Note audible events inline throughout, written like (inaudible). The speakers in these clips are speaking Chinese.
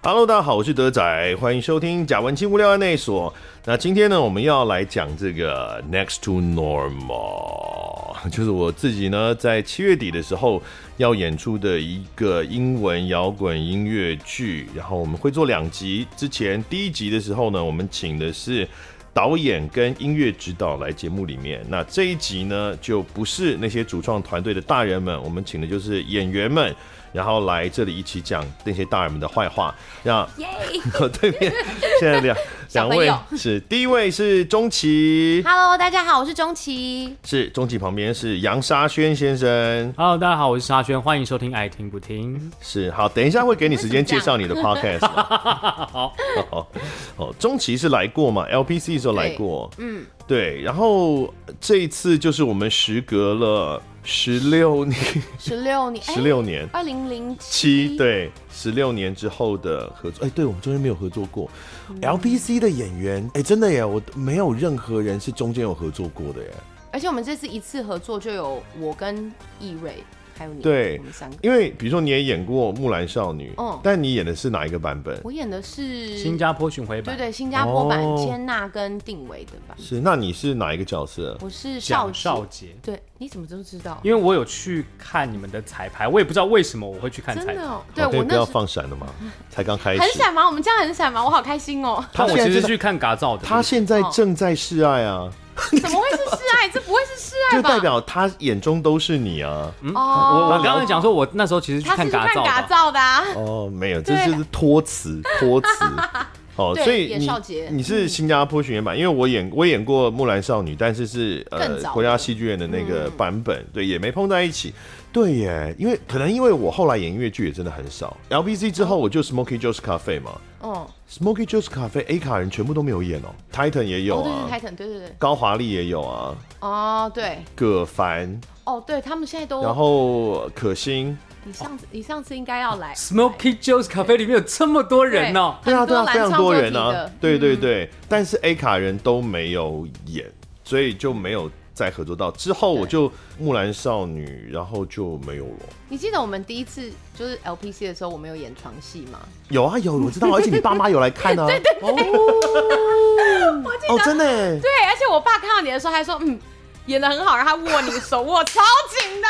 Hello，大家好，我是德仔，欢迎收听《贾文清无聊案内所》。那今天呢，我们要来讲这个 Next to Normal，就是我自己呢在七月底的时候要演出的一个英文摇滚音乐剧，然后我们会做两集。之前第一集的时候呢，我们请的是。导演跟音乐指导来节目里面，那这一集呢就不是那些主创团队的大人们，我们请的就是演员们，然后来这里一起讲那些大人们的坏话。让耶 (laughs) 对面现在两两小朋友位是第一位是钟琪， ！Hello，大家好，我是钟琪。是钟琪旁边是杨沙宣先生， Hello，大家好，我是沙宣，欢迎收听《爱听不听是好，等一下会给你时间介为什绍你的 podcast。好， (laughs) 哦，钟琪是来过嘛？LPC 的时候来过，嗯，对。然后这一次就是我们时隔了十六 (laughs) 年，十六年，十六年哎二零零七，哎对，十六年之后的合作。哎，对，我们中间没有合作过。LPC 嗯的演员，哎，真的耶，我没有任何人是中间有合作过的耶。而且我们这次一次合作就有我跟易蕊，还有你，对我们三个。因为比如说你也演过《木兰少女》，嗯但你演的是哪一个版本？我演的是》新，加坡巡回对嗯版。对，新加坡版哦千娜跟定伟的版，是，那你是哪一个角色？我是少蒋杰少杰，对，你怎么都知道？因为我有去看你们的彩排，我也不知道为什么我会去看真彩的排。哦，对哦我不那时要候放闪了 (laughs) 嘛，才刚开始。很闪吗？我们这样很闪吗？我好开心哦！但我其现在实知道去看嘎造的，他现在正在示爱哦啊，怎么会是示爱？这不会是示爱就吧？代表他眼中都是你啊。我哦我，刚才讲说，我那时候其实去他是去嘎看造打的。造的啊。哦，没有，这对就是托 (laughs) 词，托词。哦，对所以演你少杰嗯你是新加坡巡演版，因为我演我演过《木兰少女》，但是是呃更早的嗯国家戏剧院的那个版本，对，也没碰在一起。对耶，因为可能因为我后来演音乐剧也真的很少，LBC 之后我就 Smoky Joe's Cafe 嘛嗯， ，Smoky Joe's Cafe A 卡人全部都没有演哦，Titan 也有哦，对对啊， ，Titan，对对对，高华丽也有啊，哦，对，葛凡，哦，对他们现在都然后可心，你上次你上次应该要来 Smoky Joe's Cafe 里面有这么多人哦，对啊对啊，非常多人啊的，，嗯对对对，但是 A 卡人都没有演，所以就没有再合作到。之后我就木兰少女，然后就没有了。你记得我们第一次就是 LPC 的时候，我们有演床戏吗？有啊有，我知道，而且你爸妈有来 (laughs) 看啊，对对对，哦真的耶，对，而且我爸看到你的时候还说，嗯，演的很好，然后他握你的手握超紧的。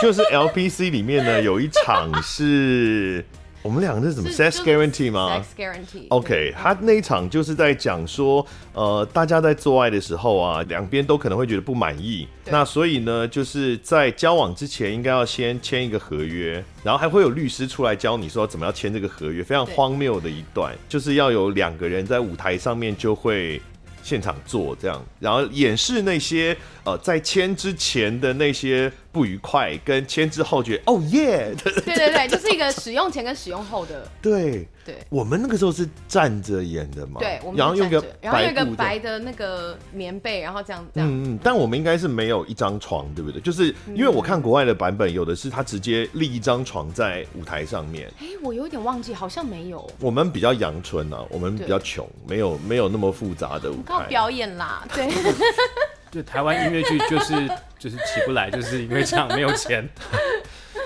就是 LPC 里面呢有一场是我们两个是什么是 Sex 就是 Guarantee 吗 Sex guarantee。 OK，他那一场就是在讲说，呃，大家在做爱的时候啊，两边都可能会觉得不满意。对那所以呢，就是在交往之前，应该要先签一个合约，然后还会有律师出来教你说怎么要签这个合约，非常对荒谬的一段，就是要有两个人在舞台上面就会。现场做这样，然后演示那些呃在签之前的那些不愉快，跟签之后觉得哦耶的，对对对，就是一个使用前跟使用后的，对，对我们那个时候是站着演的嘛，对，我们然后就用站个着然后用一个布这样白的那个棉被，然后这样这样。嗯嗯，但我们应该是没有一张床，对不对？就是因为我看国外的版本，有的是他直接立一张床在舞台上面。哎，我有点忘记，好像没有。我们比较阳春啊，我们比对较穷，没有没有那么复杂的舞我台。靠，表演 (laughs) 啦，对，就台湾音乐剧 (laughs) 就是就是起不来，就是因为这样没有钱。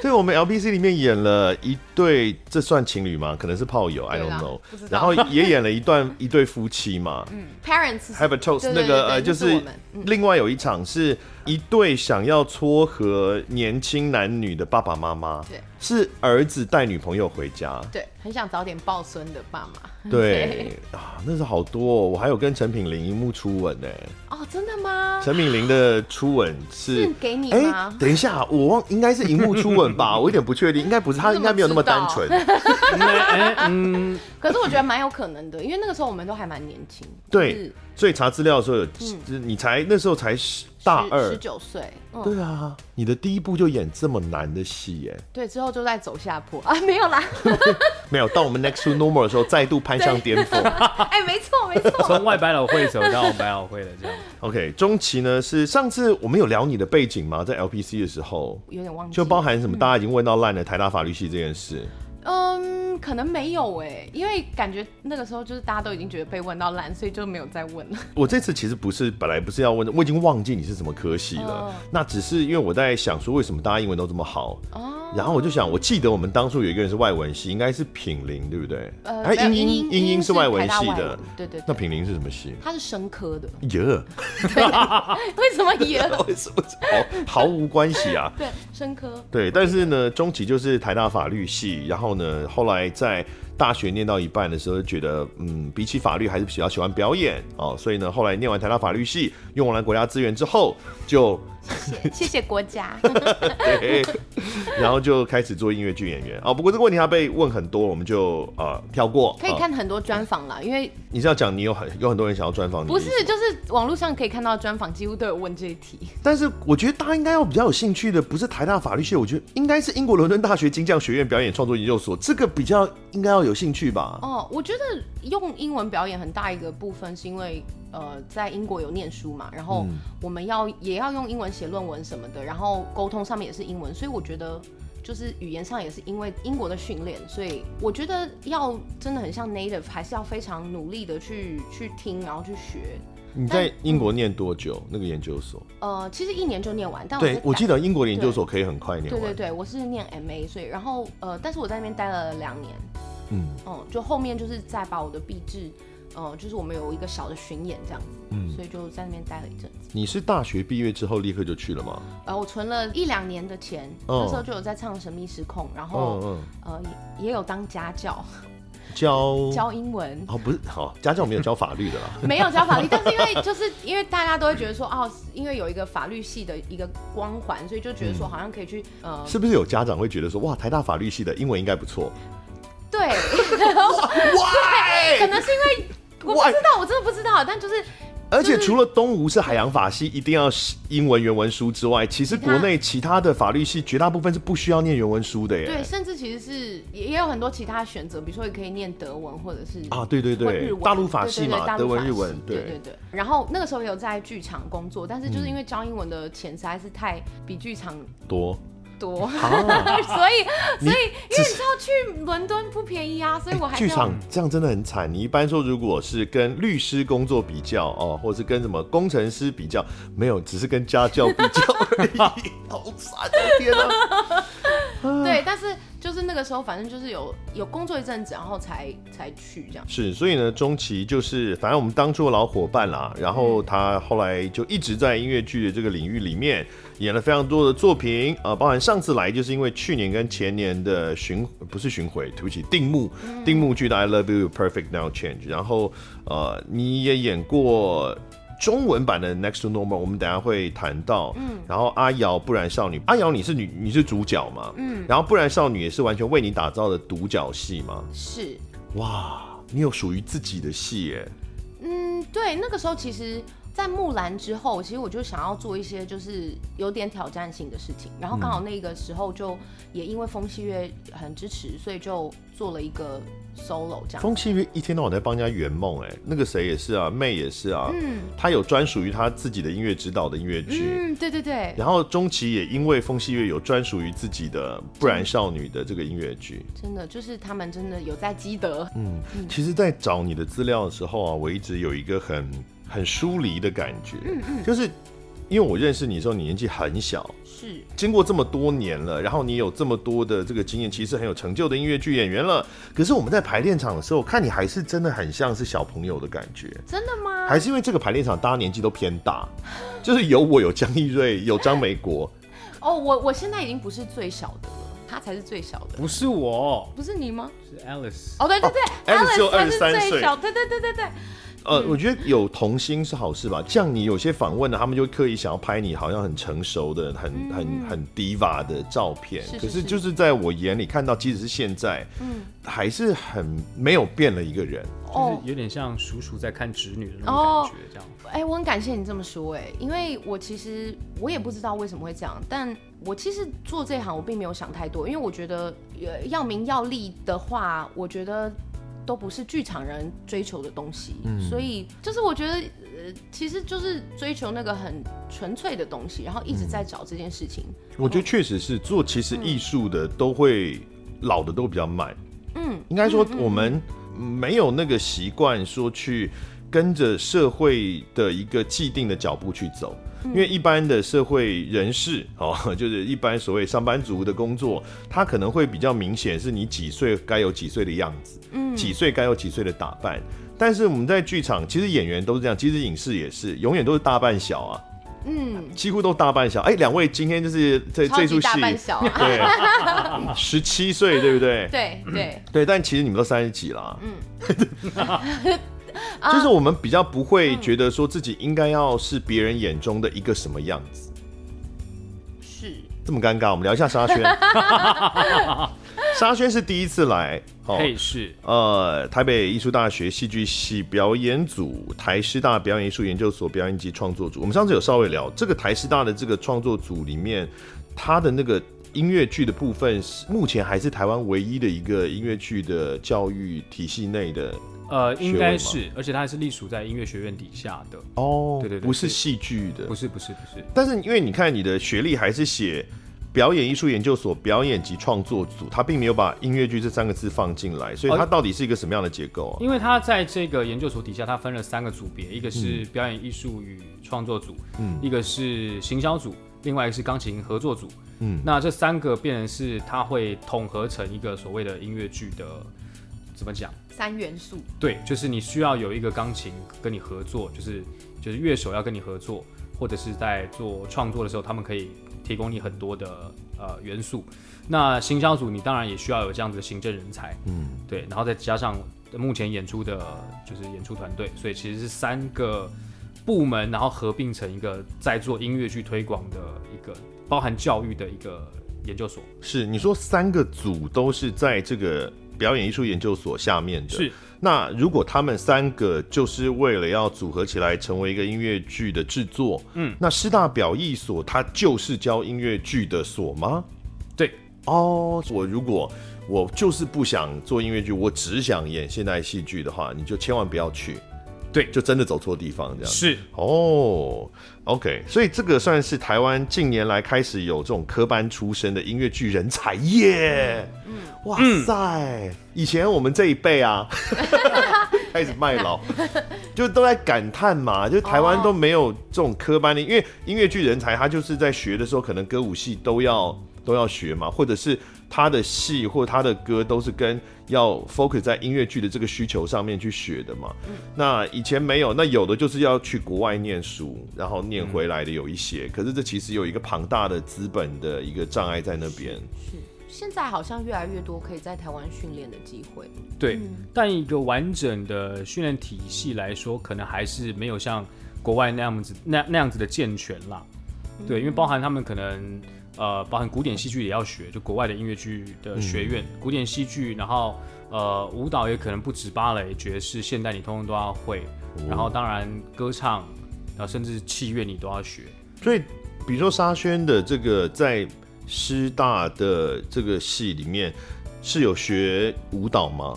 对，我们 LBC 里面演了一对，这算情侣吗？可能是炮友，I 对 don't 啦 know 不知。道然后也演了一段一对夫妻嘛， parents 是 Have a toast 对对那个对呃，对就那是是我们嗯另外有一场是一对想要撮合年轻男女的爸爸妈妈，对，是儿子带女朋友回 (laughs) 家，对，很想早点抱孙的爸妈。 (laughs) 对啊，那是好多哦。我还有跟陈品玲一幕初吻 (laughs) 呢、 (laughs) 哦，真的吗？陈品玲的初吻是是给你哎、吗等一下，我忘，应该是荧幕初吻 (laughs) 吧？我有点不确定，应该不是，他你应怎么该没有那么知道单纯。哎嗯，可是我觉得蛮有可能的，因为那个时候我们都还蛮年轻，对，嗯所以查资料的时候有，就是你才那时候才十大二十，九岁，嗯，对啊，你的第一部就演这么难的戏耶、对，之后就在走下坡 (laughs) 啊，没 (laughs) 有啦，没有，到我们 Next to Normal 的时候，再度攀上巅峰。哎，没错没错，从外百老汇走到百老汇了，这样 OK，中期呢是上次我们有聊你的背景吗？在 LPC 的时候，有点忘记，就包含什么大家已经问到烂的台大法律系这件事。嗯，可能没有哎、因为感觉那个时候就是大家都已经觉得被问到烂，所以就没有再问了。 (laughs) 我这次其实不是本来不是要问的，我已经忘记你是什么科系了。哦那只是因为我在想说，为什么大家英文都这么好？哦，然后我就想，我记得我们当初有一个人是外文系，应该是品玲，对不对？呃，哎，没有英英英英英是外文台大系外的文，对对那对，品玲是什么系？他是生科的， (laughs) 耶，为什么也为什么这哦毫毫无关系啊？对生 (laughs) 科？对，但是呢，中期就是台大法律系，然后呢，后来在大学念到一半的时候，觉得嗯，比起法律还是比较喜欢表演哦，所以呢，后来念完台大法律系，用完了国家资源之后，就 (laughs) 谢谢谢国家，对，然后就开始做音乐剧演员哦。不过这个问题他被问很多，我们就呃跳过。可以呃看很多专访啦，因为你是要讲你有很有很多人想要专访你，不是就是网络上可以看到的专访，几乎都有问这一题。但是我觉得大家应该要比较有兴趣的，不是台大法律系，我觉得应该是英国伦敦大学金匠学院表演创作研究所，这个比较应该要有兴趣吧。哦，我觉得用英文表演很大一个部分是因为，呃，在英国有念书嘛，然后我们要也要用英文写论文什么的，然后沟通上面也是英文，所以我觉得就是语言上也是因为英国的训练，所以我觉得要真的很像 native，还是要非常努力的去去听，然后去学。你在嗯英国念多久？那个研究所？呃，其实一年就念完，但我对，我记得。得英国的研究所可以很快念对完。对对，我是念 MA，所以然后呃，但是我在那边待了两年，嗯嗯，就后面就是再把我的壁纸，嗯，就是我们有一个小的巡演这样子，嗯，所以就在那边待了一阵子。你是大学毕业之后立刻就去了吗？然后我存了一两年的钱，哦那时候就有在唱《神秘失控》，然后、嗯呃也也有当家教嗯，教教英文，哦不是好，家教没有教法律的 (laughs) 啦。没有教 (laughs) 法律，但是因为就是因为大家都会觉得说哦，因为有一个法律系的一个光环，所以就觉嗯得说好像可以去、 (laughs) 呃是不是有家长会觉得说，哇，台大法律系的英文应该不 (laughs) 错？对，可 (laughs) 哇！能是因为我不哇知道，我真的不知道，但就是而且除了东吴是海洋法系，一定要英文原文书之外，其实国内其他的法律系绝大部分是不需要念原文书的对，耶。甚至其实是也也有很多其他选择，比如说也可以念德文或者是啊，对对或日对文，，大陆法系对对对嘛，大德陆法文、系日文，对对对。然后那个时候也有在剧场工作，但是嗯就是因为教英文的钱实在是太比剧场多。 (laughs) 多，啊，所以你只所以因为你是哎知道去伦敦不便宜啊，所以我还是剧要场这样真的很惨。你一般说，如果是跟律师工作比较哦，或是跟什么工程师比较，没有，只是跟家教比较而已。 (laughs) 好惨啊！天哪、对，但是就是那个时候反正就是有有工作一阵子，然后才才去这样。是，所以呢，钟琪就是，反正我们当初的老伙伴啦，然后他后来就一直在音乐剧的这个领域里面演了非常多的作品啊、呃包含上次来就是因为去年跟前年的巡不是巡回，对不起，定目定目剧的《I Love You Perfect Now Change》，然后呃，你也演过。中文版的《Next to Normal》，我们等一下会谈到。嗯，然后阿瑶《不然少女》，阿瑶你是女，你是主角嘛？嗯，然后《不然少女》也是完全为你打造的独角戏嘛？是，哇，你有属于自己的戏耶！嗯，对，那个时候其实，在木兰之后，其实我就想要做一些就是有点挑战性的事情，然后刚嗯好那个时候就也因为风戏乐很支持，所以就做了一个 solo 这样。风信月一天到晚在帮人家圆梦，哎，那个谁也是啊，妹也是啊，嗯，她有专属于她自己的音乐指导的音乐剧。嗯，对对对，然后钟琪也因为风信月有专属于自己的《不然少女》的这个音乐剧。真的就是他们真的有在积德，嗯，其实，在找你的资料的时候啊，我一直有一个很很疏离的感觉，嗯嗯，就是因为我认识你的时候，你年纪很小，是经过这么多年了，然后你有这么多的这个经验，其实很有成就的音乐剧演员了。可是我们在排练场的时候，看你还是真的很像是小朋友的感觉，真的吗？还是因为这个排练场大家年纪都偏大， (laughs) 就是有我有江一瑞有张美国，哦，我我现在已经不是最小的了，他才是最小的，不是我，不是你吗？是 Alice。哦，对对对嗯哦，Alice 只有 Alice 才23是岁最小，对对对对对，呃，嗯我觉得有童心是好事吧。像你有些访问呢，啊他们就刻意想要拍你好像很成熟的、很很很 diva 的照片，嗯是是可是是就是在我眼里看到，即使是现在，嗯，还是很没有变了一个人。哦就是有点像叔叔在看侄女的那种感觉，这样。哎、我很感谢你这么说、哎，因为我其实我也不知道为什么会这样，但我其实做这行我并没有想太多，因为我觉得呃要名要利的话，我觉得都不是剧场人追求的东西，嗯所以就是我觉得呃其实就是追求那个很纯粹的东西，然后一直在嗯找这件事情，我觉得确实是做其实艺术的都会老的都比较慢，嗯，应该说我们没有那个习惯说去。跟着社会的一个既定的脚步去走。嗯因为一般的社会人士 (laughs) 哦，就是一般所谓上班族的工作，它可能会比较明显是你几岁该有几岁的样子，嗯，几岁该有几岁的打扮。但是我们在剧场，其实演员都是这样，其实影视也是，永远都是大半小啊，嗯，几乎都大半小。哎、两位今天就是这超这级出戏大，半 (laughs) 小啊，对，十七岁，对不对？对对，对，但其实你们都三十几啦，嗯，(laughs) 啊就是我们比较不会觉得说自己应该要是别人眼中的一个什么样子，是这么尴尬。我们聊一下沙 (laughs) 宣，沙宣是第一次来，哦，配饰呃，台北艺术大学戏剧系表演组、台师大表演艺术研究所表演及创作组。我们上次有稍微聊这个台师大的这个创作组里面，它的那个音乐剧的部分，是目前还是台湾唯一的一个音乐剧的教育体系内的呃，学应位该吗是，而且它还是隶属在音乐学院底下的，哦对对对不是戏剧的不。是不是不是，但是因为你看你的学历还是写表演艺术研究所表演及创作组，它并没有把音乐剧这三个字放进来，所以它哦到底是一个什么样的结构啊？因为它在这个研究所底下，它分了三个组别，一个是表演艺术与创作组，嗯一个是行销组，另外一个是钢琴合作组，嗯那这三个变成是它会统合成一个所谓的音乐剧的。怎么讲？三元素，对，就是你需要有一个钢琴跟你合作，就是就是乐手要跟你合作，或者是在做创作的时候，他们可以提供你很多的呃元素。那行销组你当然也需要有这样子的行政人才，嗯。对，然后再加上目前演出的就是演出团队，所以其实是三个部门，然后合并成一个在做音乐剧推广的一个包含教育的一个研究所。是，你说三个组都是在这个表演艺术研究所下面的。，是，那如果他们三个就是为了要组合起来成为一个音乐剧的制作，嗯，那师大表艺所它就是教音乐剧的所吗？对，哦，我如果我就是不想做音乐剧，我只想演现代戏剧的话，你就千万不要去，对就真的走错地方这样。是，哦、o k 所以这个算是台湾近年来开始有这种科班出身的音乐剧人才耶。嗯，哇塞，以前我们这一辈啊，开始卖老，就都在感叹嘛，就台湾都没有这种科班的，因为音乐剧人才他就是在学的时候，可能歌舞戏都要都要学嘛，或者是他的戏或他的歌都是跟要 focus 在音乐剧的这个需求上面去学的嘛。那以前没有，那有的就是要去国外念书，然后念回来的有一些，可是这其实有一个庞大的资本的一个障碍在那边。是，现在好像越来越多可以在台湾训练的机会，对。但一个完整的训练体系来说，可能还是没有像国外那样子那那样子的健全啦。对，因为包含他们可能呃，包含古典戏剧也要学，就国外的音乐剧的学院，古典戏剧，然后呃，舞蹈也可能不止芭蕾、爵士、现代，你通通都要会。然后当然歌唱，然后甚至器乐你都要学。所以，比如说沙宣的这个在师大的这个系里面是有学舞蹈吗？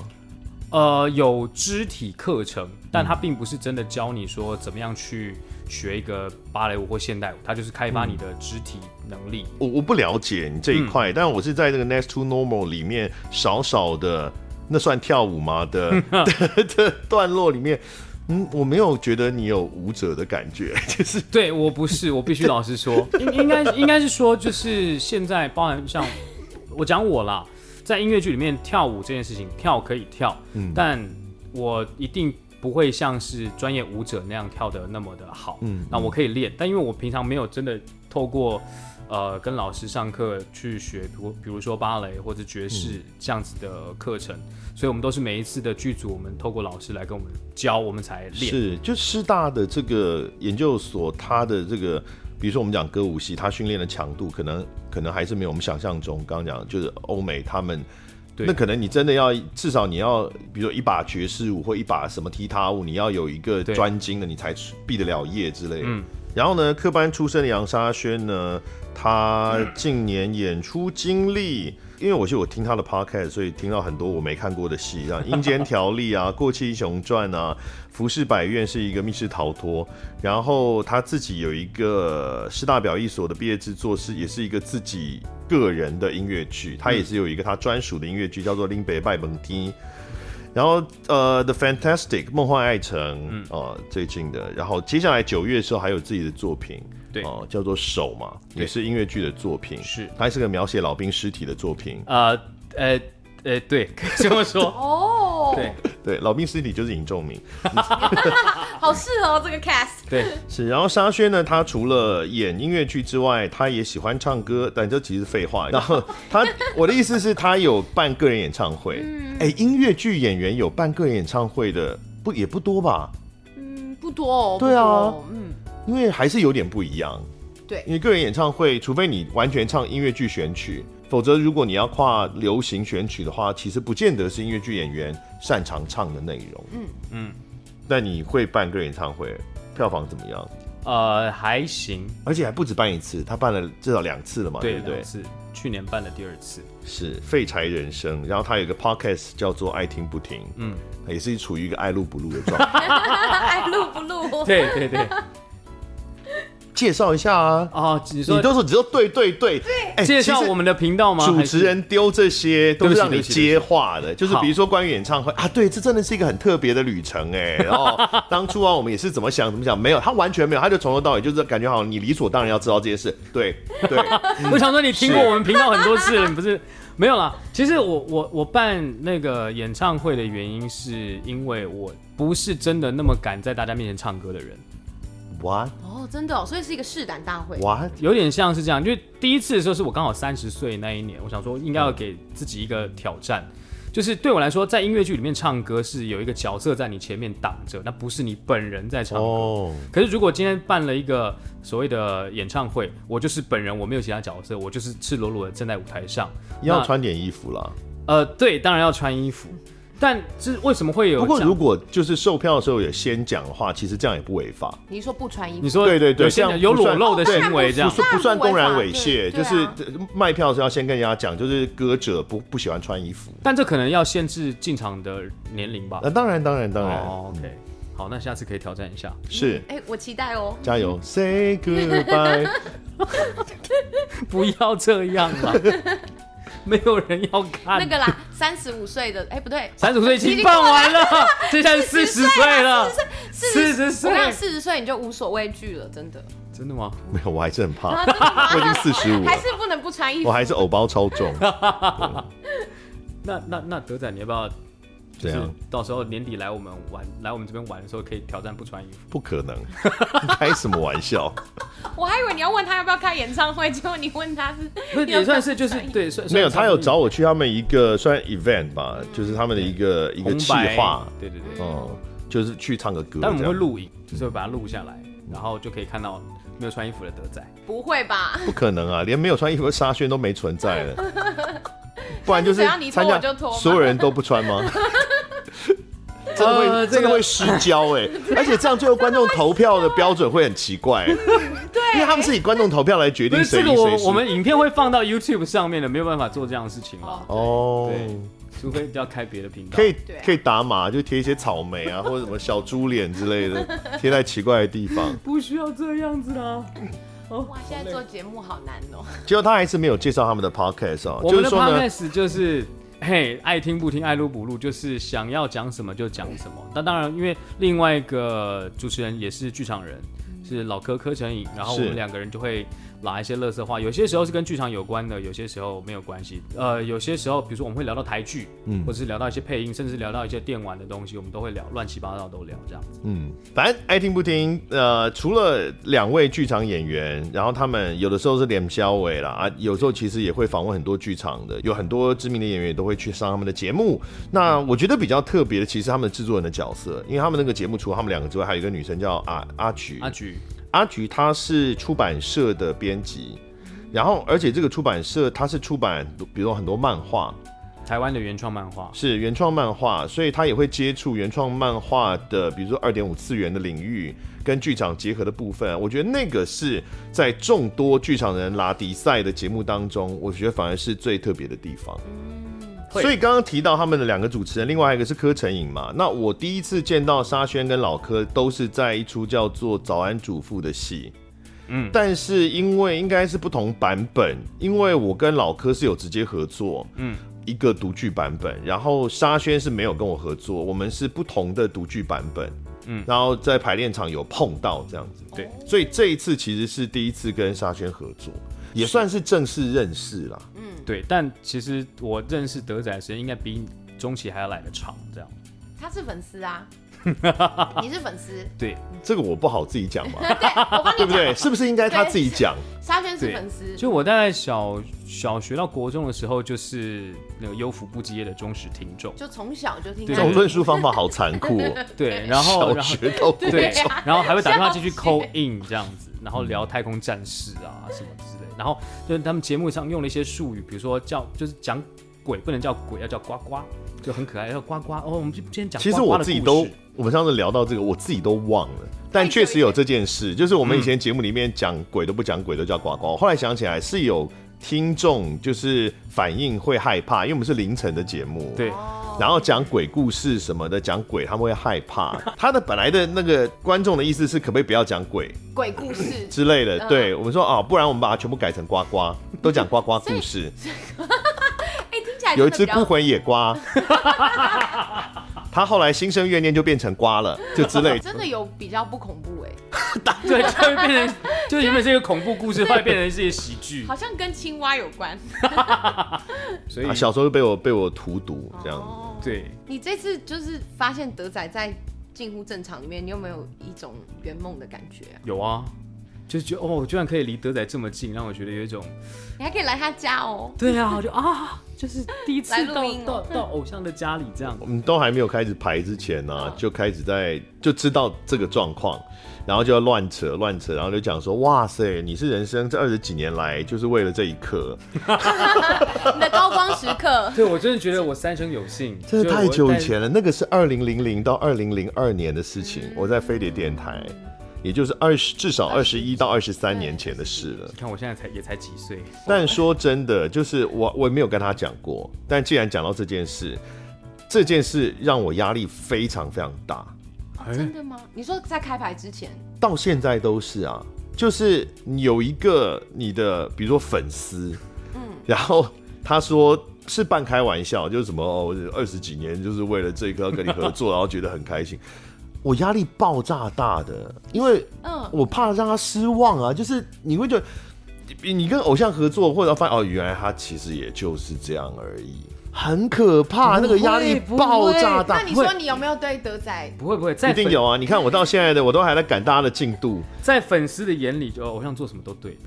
呃，有肢体课程，但它并不是真的教你说怎么样去学一个芭蕾舞或现代舞，它就是开发你的肢体能力。我我不了解你这一块，但我是在这个 Next to Normal 里面少少的，那算跳舞吗的 (laughs) 的的段落里面，嗯，我没有觉得你有舞者的感觉，就是对我不是，我必须老 (laughs) 实说，应应该应该是说，就是现在包含像我讲我啦，在音乐剧里面跳舞这件事情，跳可以跳，嗯但我一定不会像是专业舞者那样跳的那么的好。嗯那我可以练，但因为我平常没有真的透过呃跟老师上课去学，比如比如说芭蕾或者爵嗯士这样子的课程，所以我们都是每一次的剧组，我们透过老师来跟我们教，我们才练。是，就师大的这个研究所，它的这个，比如说我们讲歌舞系，它训练的强度可能可能还是没有我们想象中。刚刚讲就是欧美他们，对那可能你真的要至少你要，比如说一把爵士舞或一把什么踢踏舞，你要有一个对专精的，你才毕得了业之类的。嗯然后呢，科班出身的杨沙宣呢，他近年演出经历，因为我是有听他的 podcast，所以听到很多我没看过的戏，像《阴间条例》啊，《过气英雄传》啊，《浮世百院》是一个密室逃脱，然后他自己有一个师大表艺所的毕业制作是，也是一个自己嗯个人的音乐剧，他也是有一个他专属的音乐剧，叫做《林北拜蒙丁》。然后呃，《The Fantastic》梦幻爱城，嗯，哦，最近的。然后接下来九月的时候还有自己的作品，对哦，叫做《手》嘛，对也是音乐剧的作品，是它还是个描写老兵尸体的作品。呃呃呃，对， (laughs) 可以这么说，哦，对对，老兵尸体就是尹仲明。好适合哦这个 cast。对，是，然后沙宣呢，他除了演音乐剧之外，他也喜欢唱歌，但这其实废话。然后他，我的意思是，他有办个人演唱会。哎、音乐剧演员有办个人演唱会的不也不多吧？嗯，不多哦。对啊不多哦，嗯，因为还是有点不一样。对因为个人演唱会，除非你完全唱音乐剧选曲，否则如果你要跨流行选曲的话，其实不见得是音乐剧演员擅长唱的内容。嗯嗯嗯。那你会办个人演唱会，票房怎么样？呃，还行，而且还不止办一次，他办了至少哦两次了嘛，对不对？是去年办的第二次，是废柴人生，然后他有一个 podcast 叫做《爱听不听》，嗯，也是处于一个爱录不录的状 (laughs) 态。 (laughs) 爱录不录？对对对，介绍一下啊，哦，你你说都是只有对对对，对，哎介绍其实我们的频道吗？主还持是人丢这些都是让你对不起接话的，就是好比如说关于演唱会啊，对，这真的是一个很特别的旅程哎。 (laughs) 然后当初啊，我们也是怎么想怎么想，没有，他完全没有，他就从头到尾就是感觉好像你理所当然要知道这些事，对 (laughs) 对，我想说，你听过是我们频道很多次了，你不是没有啦？其实我我我办那个演唱会的原因，是因为我不是真的那么敢在大家面前唱歌的人， what 哦，真的哦，所以是一个试胆大会。 what 有点像是这样。因为第一次的时候是我刚好三十岁那一年，我想说应该要给自己一个挑战。就是对我来说，在音乐剧里面唱歌是有一个角色在你前面挡着，那不是你本人在唱歌。哦，可是如果今天办了一个所谓的演唱会，我就是本人，我没有其他角色，我就是赤裸裸的站在舞台上。要那穿点衣服啦。呃，对，当然要穿衣服，但这为什么会有不这样？过如果就是售票的时候有先讲的话，其实这样也不违法，你说不穿衣你服，说对对对有些这样人有不裸算露的哦行为，这样不算不算公然猥对亵。对就啊是呃卖票的时候要先跟人家讲，就是歌者不不喜欢穿衣服。但这可能要限制进场的年龄吧那、。当然，当然，当然，哦，OK，好，那下次可以挑战一下。 (laughs) 是哎，我期待哦。加嗯油，Say goodbye。 (laughs) 不要这样啦， (laughs) 没有人要看。那个啦，三十五岁的，哎，不对，啊三十岁已已经经办完了， (laughs) 接下来四十岁了， 40 40岁我跟你讲，四十岁你就无所畏惧了，真的。真的吗？没有，我还是很怕， (laughs) 啊真的吗我已经四十五了还，是不能不穿衣服。我还是偶包超 (laughs) 重。那那那德仔，你要不要？就怎是样？到时候年底来我们玩，来我们这边玩的时候，可以挑战不穿衣服。不可能， (laughs) 你开什么玩 (laughs) 笑？我还以为你要问他要不要开演唱会，结果你问他是不是也算是就是对，算没有，算他有是找我去他们一个算 event 吧，就是他们的一个一个红计白划，对对对。嗯，就是去唱个歌。但我们这会样录影，就是会把它录下来，然后就可以看到没有穿衣服的德仔。不会吧？不可能啊，连没有穿衣服的沙宣都没存在 (laughs) 了，不然就是只要你脱参加我就脱吗所有人都不穿 (laughs) 吗？真的会、呃这个真的会失焦 (laughs) 哎、而且这样最后观众投票的标准会很奇怪、 (laughs) 对，因为他们是以观众投票来决不定是谁这个赢谁我输。我们影片会放到 YouTube 上面的，没有办法做这样的事 (laughs) 情了，哦，哦，对除非要开别的频道。可以对啊可以打码，就贴一些草莓 (laughs) 啊，或者什么小猪脸之类的，贴在奇怪的地方。不需要这样子啦。哇，现在做节目好难哦。结果他还是没有介绍他们的 podcast 啊，我就们是的说呢， podcast 就是。嘿，爱听不听，爱录不录，就是想要讲什么就讲什么。那当然，因为另外一个主持人也是剧场人，是老柯柯晨颖，然后嗯我是们两个人就会拉一些乐色话，有些时候是跟剧场有关的，有些时候没有关系。呃，有些时候，比如说我们会聊到台剧，嗯，或者是聊到一些配音，甚至聊到一些电玩的东西，我们都会聊，乱七八糟都聊这样子。嗯，反正爱听不听。呃，除了两位剧场演员，然后他们有的时候是脸肖伟啦，啊，有时候其实也会访问很多剧场的，有很多知名的演员也都会去上他们的节目。那我觉得比较特别的，其实他们的制作人的角色，因为他们那个节目除了他们两个之外，还有一个女生叫阿阿菊，阿菊，阿菊她是出版社的编辑，然后而且这个出版社它是出版，比如说很多漫画，台湾的原创漫画，是原创漫画，所以他也会接触原创漫画的，比如说二点五次元的领域跟剧场结合的部分。我觉得那个是在众多剧场人拉迪赛的节目当中，我觉得反而是最特别的地方。会所以刚刚提到他们的两个主持人，另外一个是柯晨颖嘛。那我第一次见到沙宣跟老柯都是在一出叫做《早安主妇》的戏。嗯，但是因为应该是不同版本，因为我跟老柯是有直接合作，一个独剧版本，然后沙宣是没有跟我合作，我们是不同的独剧版本，嗯，然后在排练场有碰到这样子，对，所以这一次其实是第一次跟沙宣合作，也算是正式认识啦。对，但其实我认识德仔的时间应该比中期还要来的长，这样。他是粉丝啊，你是粉丝，对，这个我不好自己讲嘛，我帮对不你对？讲，是不是应该他自己讲？沙宣是对粉丝，就我大概小小学到国中的时候，就是那个优福不接的忠实听众。就从小就这听对他种的。论述方法好残酷哦、对， (laughs) 然后小然后学到国 (laughs) 对中，，然后还会打电话进去笑死 call in 这样子，然后聊太空战士啊什么之类，然后就是他们节目上用了一些术语，比如说叫就是讲鬼不能叫鬼，要叫呱呱，就很可爱，要呱呱。哦，我们今天讲其实呱呱我的自己故都事，哎我们上次聊到这个，我自己都忘了，但确实有这件事，就是我嗯们以前节目里面讲鬼都不讲鬼，都叫呱呱。我后来想起来是有听众就是反应会害怕，因为我们是凌晨的节目，对哦然后讲鬼故事什么的，讲鬼他们会害怕。 (laughs) 他的本来的那个观众的意思是，可不可以不要讲鬼鬼故事，之类的？嗯对我们说哦，不然我们把它全部改成呱呱，都讲呱呱故事。哎，听起来真的有一只比较孤魂野瓜， (laughs) 他后来心生怨念就变成瓜了，就之类的。真的有比较不恐怖哎， (laughs) 对，就会变成，就原本是一个恐怖故事，后来变成是一个喜剧好，像跟青蛙有关。所以啊小时候就被我被我荼毒这样子。哦，对，你这次就是发现德仔在近乎正常里面，你有没有一种圆梦的感觉啊？有啊，就觉得哦，居然可以离德仔这么近，让我觉得有一种你还可以来他家 (laughs) 哦。对啊，我就啊，就是第一次来录到音哦到到偶像的家里这样，我。们都还没有开始排之前呢、哦就开始在就知道这个状况，然后就要乱扯乱扯，然后就讲说，哇塞，你是人生这二十几年来就是为了这一刻，你的高光时刻对，我真的觉得我三生有幸，真的就太我久以在前了。那个是二零零零到二零零二年的事情，嗯我在飞碟电台，也就是二十至少二十一到二十三年前的事了。你看我现在才也才几岁，但说真的，就是我我也没有跟他讲过，但既然讲到这件事，这件事让我压力非常非常大，哎真的吗？你说在开牌之前，到现在都是啊，就是有一个你的，比如说粉丝，嗯，然后他说。是半开玩笑，就是什么哦，二十几年就是为了这个要跟你合作，然后觉得很开心，我压力爆炸大的，因为嗯，我怕让他失望啊，就是你会觉得你你跟偶像合作，或者发现哦，原来他其实也就是这样而已，很可怕，那个压力不会爆炸那大。你说你有没有对德仔？不会不会，在一定粉有啊！你看我到现在的，我都还在赶大家的进度。在粉丝的眼里，就偶像做什么都对的，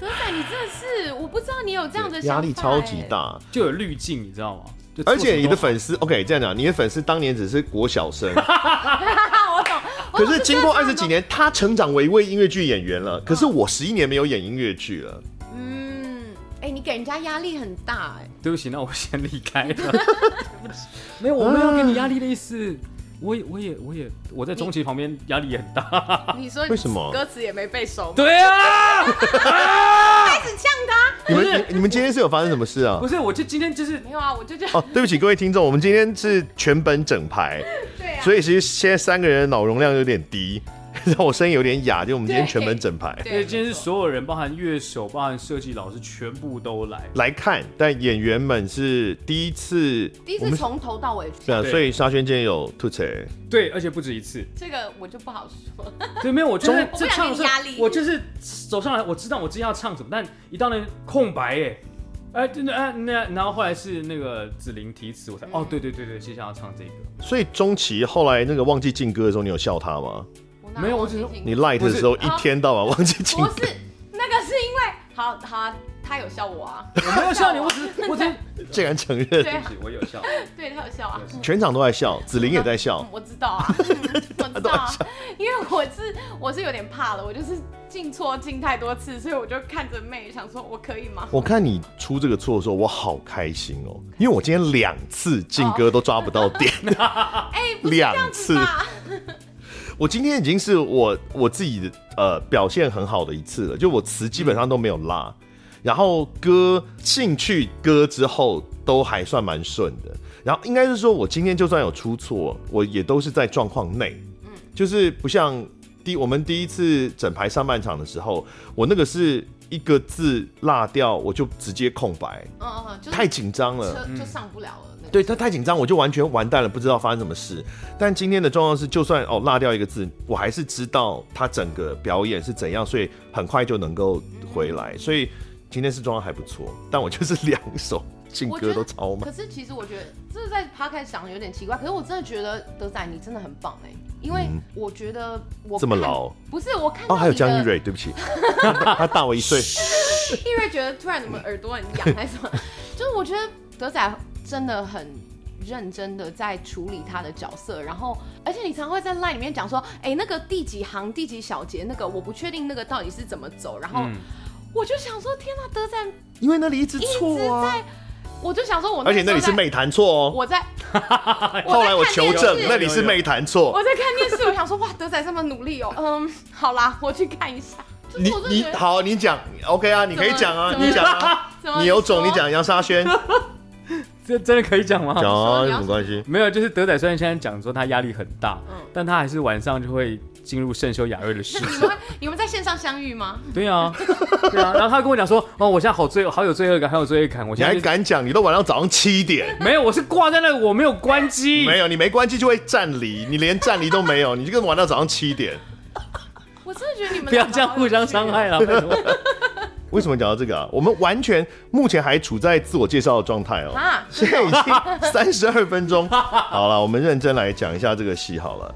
德仔，你真的是，我不知道你有这样的压想法欸力超级。大，就有滤镜，你知道吗？就做而且什么你的都粉丝，OK，这样讲，你的粉丝当年只是国小 (laughs) 生，啊，我懂。我可懂嗯是经过二十几，就年，他成长为一位音乐剧演员了。可是我十一年没有演音乐剧了，这种嗯，哎，你给人家压力很大，哎，对不起，那我先离开了。对不起，没有，我没有给你压力的意思。我也，我也，我也，我在中期旁边压力也很大。你说啊为什么歌词也没背熟吗？对啊，开始呛他？你们你你们今天是有发生什么事啊不？是，我就今天就是没有啊，我就觉得哦，对不起各位听众，我们今天是全本整排，对啊。所以其实现在三个人的脑容量有点低， (laughs) 让我声音有点哑，就我们今天全本整排对因为今天是没错所有人，包含乐手、包含设计老师，全部都来。来看，但演员们是第一次，第一我次们从头到尾，对啊，对所以沙宣今天有吐槽，对，而且不止一次。这个我就不好说。对，没有，我就是我不这想唱给你的时候压力我就是走上来，我知道我自己要唱什么，但一到那空白耶，哎，真的哎那然后后来是那个子琳提词，我才、哦，对对对对，接下来要唱这个，所以钟琪后来那个忘记进歌的时候，你有笑他吗？哪没有我忘记只是进你 light 的时候一天到晚忘记进不歌，是那个是因为好好啊、他有笑我 (laughs) 啊，我没有笑你，我只是我只是竟然承对认，对啊不，起，我有笑，对他有笑啊，全场都在笑，子琳也在笑嗯，我知道 (laughs) 啊，嗯我知道啊，因为我是我是有点怕了，我就是进错进太多次，所以我就看着妹想说我可以吗？我看你出这个错的时候，我好开心哦，因为我今天两次进歌都抓不到点，哎、不是这两样次子。吧？我今天已经是我我自己的呃表现很好的一次了，就我词基本上都没有落，然后歌兴趣歌之后都还算蛮顺的，然后应该是说我今天就算有出错，我也都是在状况内，就是不像第我们第一次整排上半场的时候，我那个是。一个字落掉，我就直接空白，嗯嗯嗯，就是太紧张了。车嗯就上不了了。那个对他太紧张，我就完全完蛋了，不知道发生什么事。但今天的状况是，就算哦落掉一个字，我还是知道他整个表演是怎样，所以很快就能够回来。所以今天是状况还不错，但我就是两首劲我歌觉得都超满可。是其实我觉得这在 p 开想有点奇怪，可是我真的觉得德仔你真的很棒哎、因为我觉得我嗯这么看老，不是我看到哦，还有你的江一，蕊，对不起，他大我一岁。 (laughs) 一瑞觉得突然怎么耳朵很 (laughs) 痒还是什么，就是我觉得德仔真的很。认真的在处理他的角色，然后，而且你常会在 line 里面讲说，哎、那个第几行、第几小节，那个我不确定那个到底是怎么走，然后嗯我就想说，天呐，德仔，因为那里一直错啊，我就想说我，而且那里是，妹弹错哦。我在， (laughs) 后来我看求电证视，那里是妹弹错。我在看电视，我想说哇，德仔这么努力哦，嗯，好啦，我去看一下。就是你我真的你觉得好，你讲 OK 啊，你可以讲啊，怎么你讲啊，怎么你有种说你讲杨沙宣， (laughs) 这真的可以讲吗？讲啊说有你要什么关系？没有，就是德仔虽然现在讲说他压力很大，嗯但他还是晚上就会进入圣修雅瑞的世 (laughs) 你界。们你们在线上相遇吗？对啊，对啊。然后他跟我讲说，哦，我现在好罪，好有罪恶感，好有罪恶感。我你现还在就敢讲？你都晚上早上七 (laughs) 点，没有，我是挂在那里，我没有关机。没有你没关系就会站离，你连站离都没有，你就跟玩到早上七点。我真的觉得你们不要这样互相伤害。了。拜托为什么讲到这个啊？我们完全目前还处在自我介绍的状态哦。啊！现在已经三十二分钟，好了，我们认真来讲一下这个戏好了。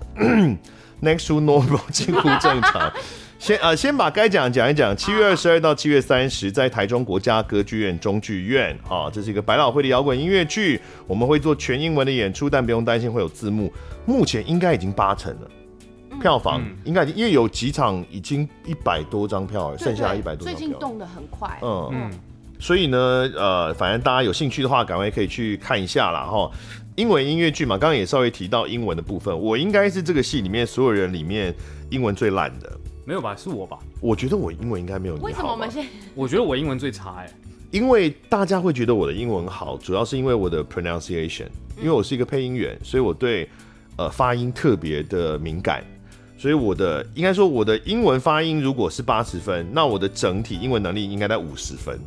Next to normal 近乎正常。 (laughs) 先呃，先把该讲讲一讲。七月二十二到七月三十，在台中国家歌剧院中剧院啊，这是一个百老汇的摇滚音乐剧。我们会做全英文的演出，但不用担心会有字幕。目前应该已经八成了，票房嗯应该已经因为有几场已经一百多张票了，对剩下对一百多张票。最近动得很快。 (laughs) 嗯嗯，所以呢，呃，反正大家有兴趣的话，赶快可以去看一下啦哈。英文音乐剧嘛，刚刚也稍微提到英文的部分，我应该是这个戏里面所有人里面英文最烂的。没有吧？是我吧？我觉得我英文应该没有你好吧。啊为什么我们现我觉得我英文最差哎、因为大家会觉得我的英文好，主要是因为我的 pronunciation，因为我是一个配音员，所以我对呃发音特别的敏感，所以我的应该说我的英文发音如果是八十分，那我的整体英文能力应该在五十分。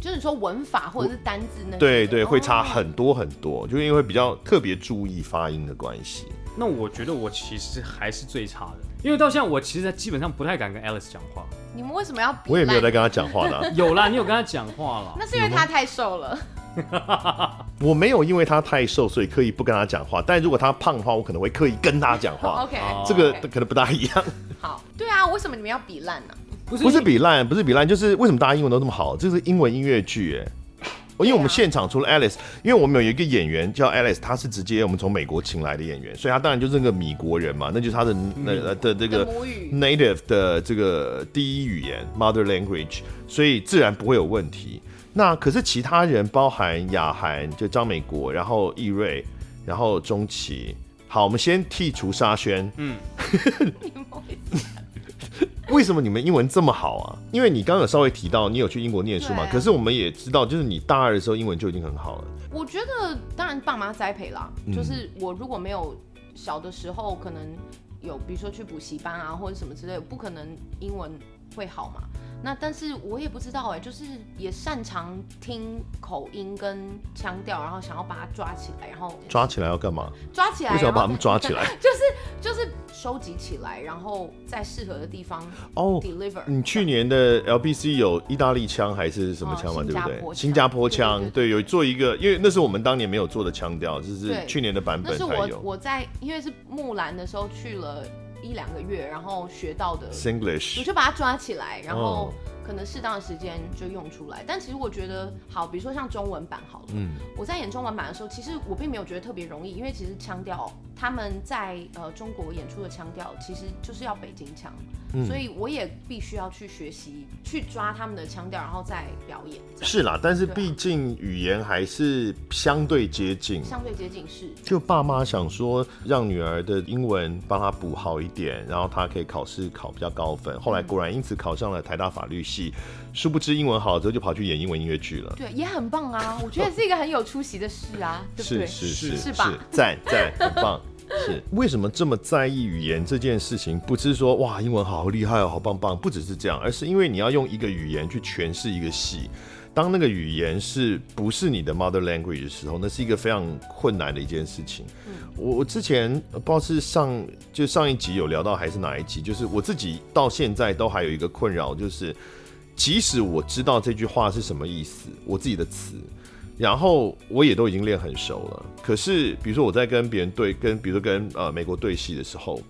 就是说文法或者是单字那些对的对，会差。哦很多很多，就是因为比较特别注意发音的关系。那我觉得我其实还是最差的，因为到现在我其实基本上不太敢跟 Alice 讲话。你们为什么要？我也没有在。跟他讲话啦， (laughs) 有啦，你有跟他讲话啦。那是因为他太瘦了，我没有因为他太瘦，所以刻意不跟他讲话。但如果他胖的话，我可能会刻意跟他讲话。 (laughs) OK，哦这个 OK 可能不大一样，好，对啊，为什么你们要比烂呢？不是不是比烂，不是比烂，就是为什么大家英文都这么好？这是英文音乐剧哎。啊因为我们现场除了 Alice，因为我们有一个演员叫 Alice，他是直接我们从美国请来的演员，所以他当然就是那个米国人嘛，那就是他的那嗯呃的这的个嗯母 (laughs) 语 native 的这个第一语言 mother language，所以自然不会有问题。那可是其他人，包含雅涵，就张美国，然后易瑞，然后钟琪。好，我们先剔除沙宣。为什么你们英文这么好啊？因为你刚刚有稍微提到你有去英国念书嘛，对啊可是我们也知道，就是你大二的时候英文就已经很好了。我觉得当然爸妈栽培啦，嗯就是我如果没有小的时候可能有，比如说去补习班啊或者什么之类的，不可能英文会好嘛。那但是我也不知道哎、就是也擅长听口音跟腔调，然后想要把它抓起来，然后抓起来要干嘛？抓起来，啊为什么要把然他后们抓起来？就是就是收集起来，然后在适合的地方哦， deliver。你去年的 LBC 有意大利腔还是什么腔嘛？哦对不新加坡对？腔新加坡腔，对对对，对有做一个，因为那是我们当年没有做的腔调，就是对去年的版那本是才我有。我在因为是木兰的时候去了一两个月，然后学到的 Singlish，我就把它抓起来，然哦后可能适当的时间就用出来。但其实我觉得，好，比如说像中文版好了，嗯我在演中文版的时候，其实我并没有觉得特别容易，因为其实腔调他们在呃中国演出的腔调其实就是要北京腔，嗯所以我也必须要去学习去抓他们的腔调，然后再表演，这样是啦，但是对啊毕竟语言还是相对接近。相对接近是。就爸妈想说，让女儿的英文帮她补好一点，然后她可以考试考比较高分。后来嗯果然因此考上了台大法律系，殊不知英文好之后就跑去演英文音乐剧了。对，也很棒啊！我觉得是一个很有出息的事啊，对不哦是对？是是是吧赞赞，很棒。 (laughs) 是为什么这么在意语言这件事情？不是说哇，英文好厉害哦，好棒棒，不只是这样，而是因为你要用一个语言去诠释一个戏。当那个语言是不是你的 mother language 的时候，那是一个非常困难的一件事情。嗯我我之前呃不知道是上就上一集有聊到还是哪一集，就是我自己到现在都还有一个困扰，就是即使我知道这句话是什么意思，我自己的词，然后我也都已经练很熟了。可是，比如说我在跟别人对，跟比如说跟呃美国对戏的时候，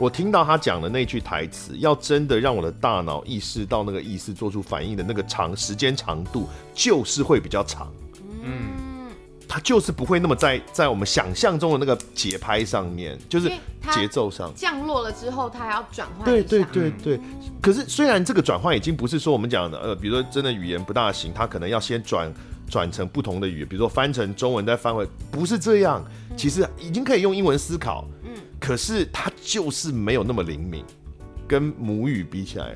我听到他讲的那句台词，要真的让我的大脑意识到那个意思，做出反应的那个长时间长度，就是会比较长。嗯，它就是不会那么在在我们想象中的那个节拍上面，就是因为它节奏上。降落了之后，它还要转换一对下对对对。可是虽然这个转换已经不是说我们讲的呃，比如说真的语言不大行，它可能要先转转成不同的语言，比如说翻成中文再翻回，不是这样。其实已经可以用英文思考，嗯，可是它就是没有那么灵敏，跟母语比起来，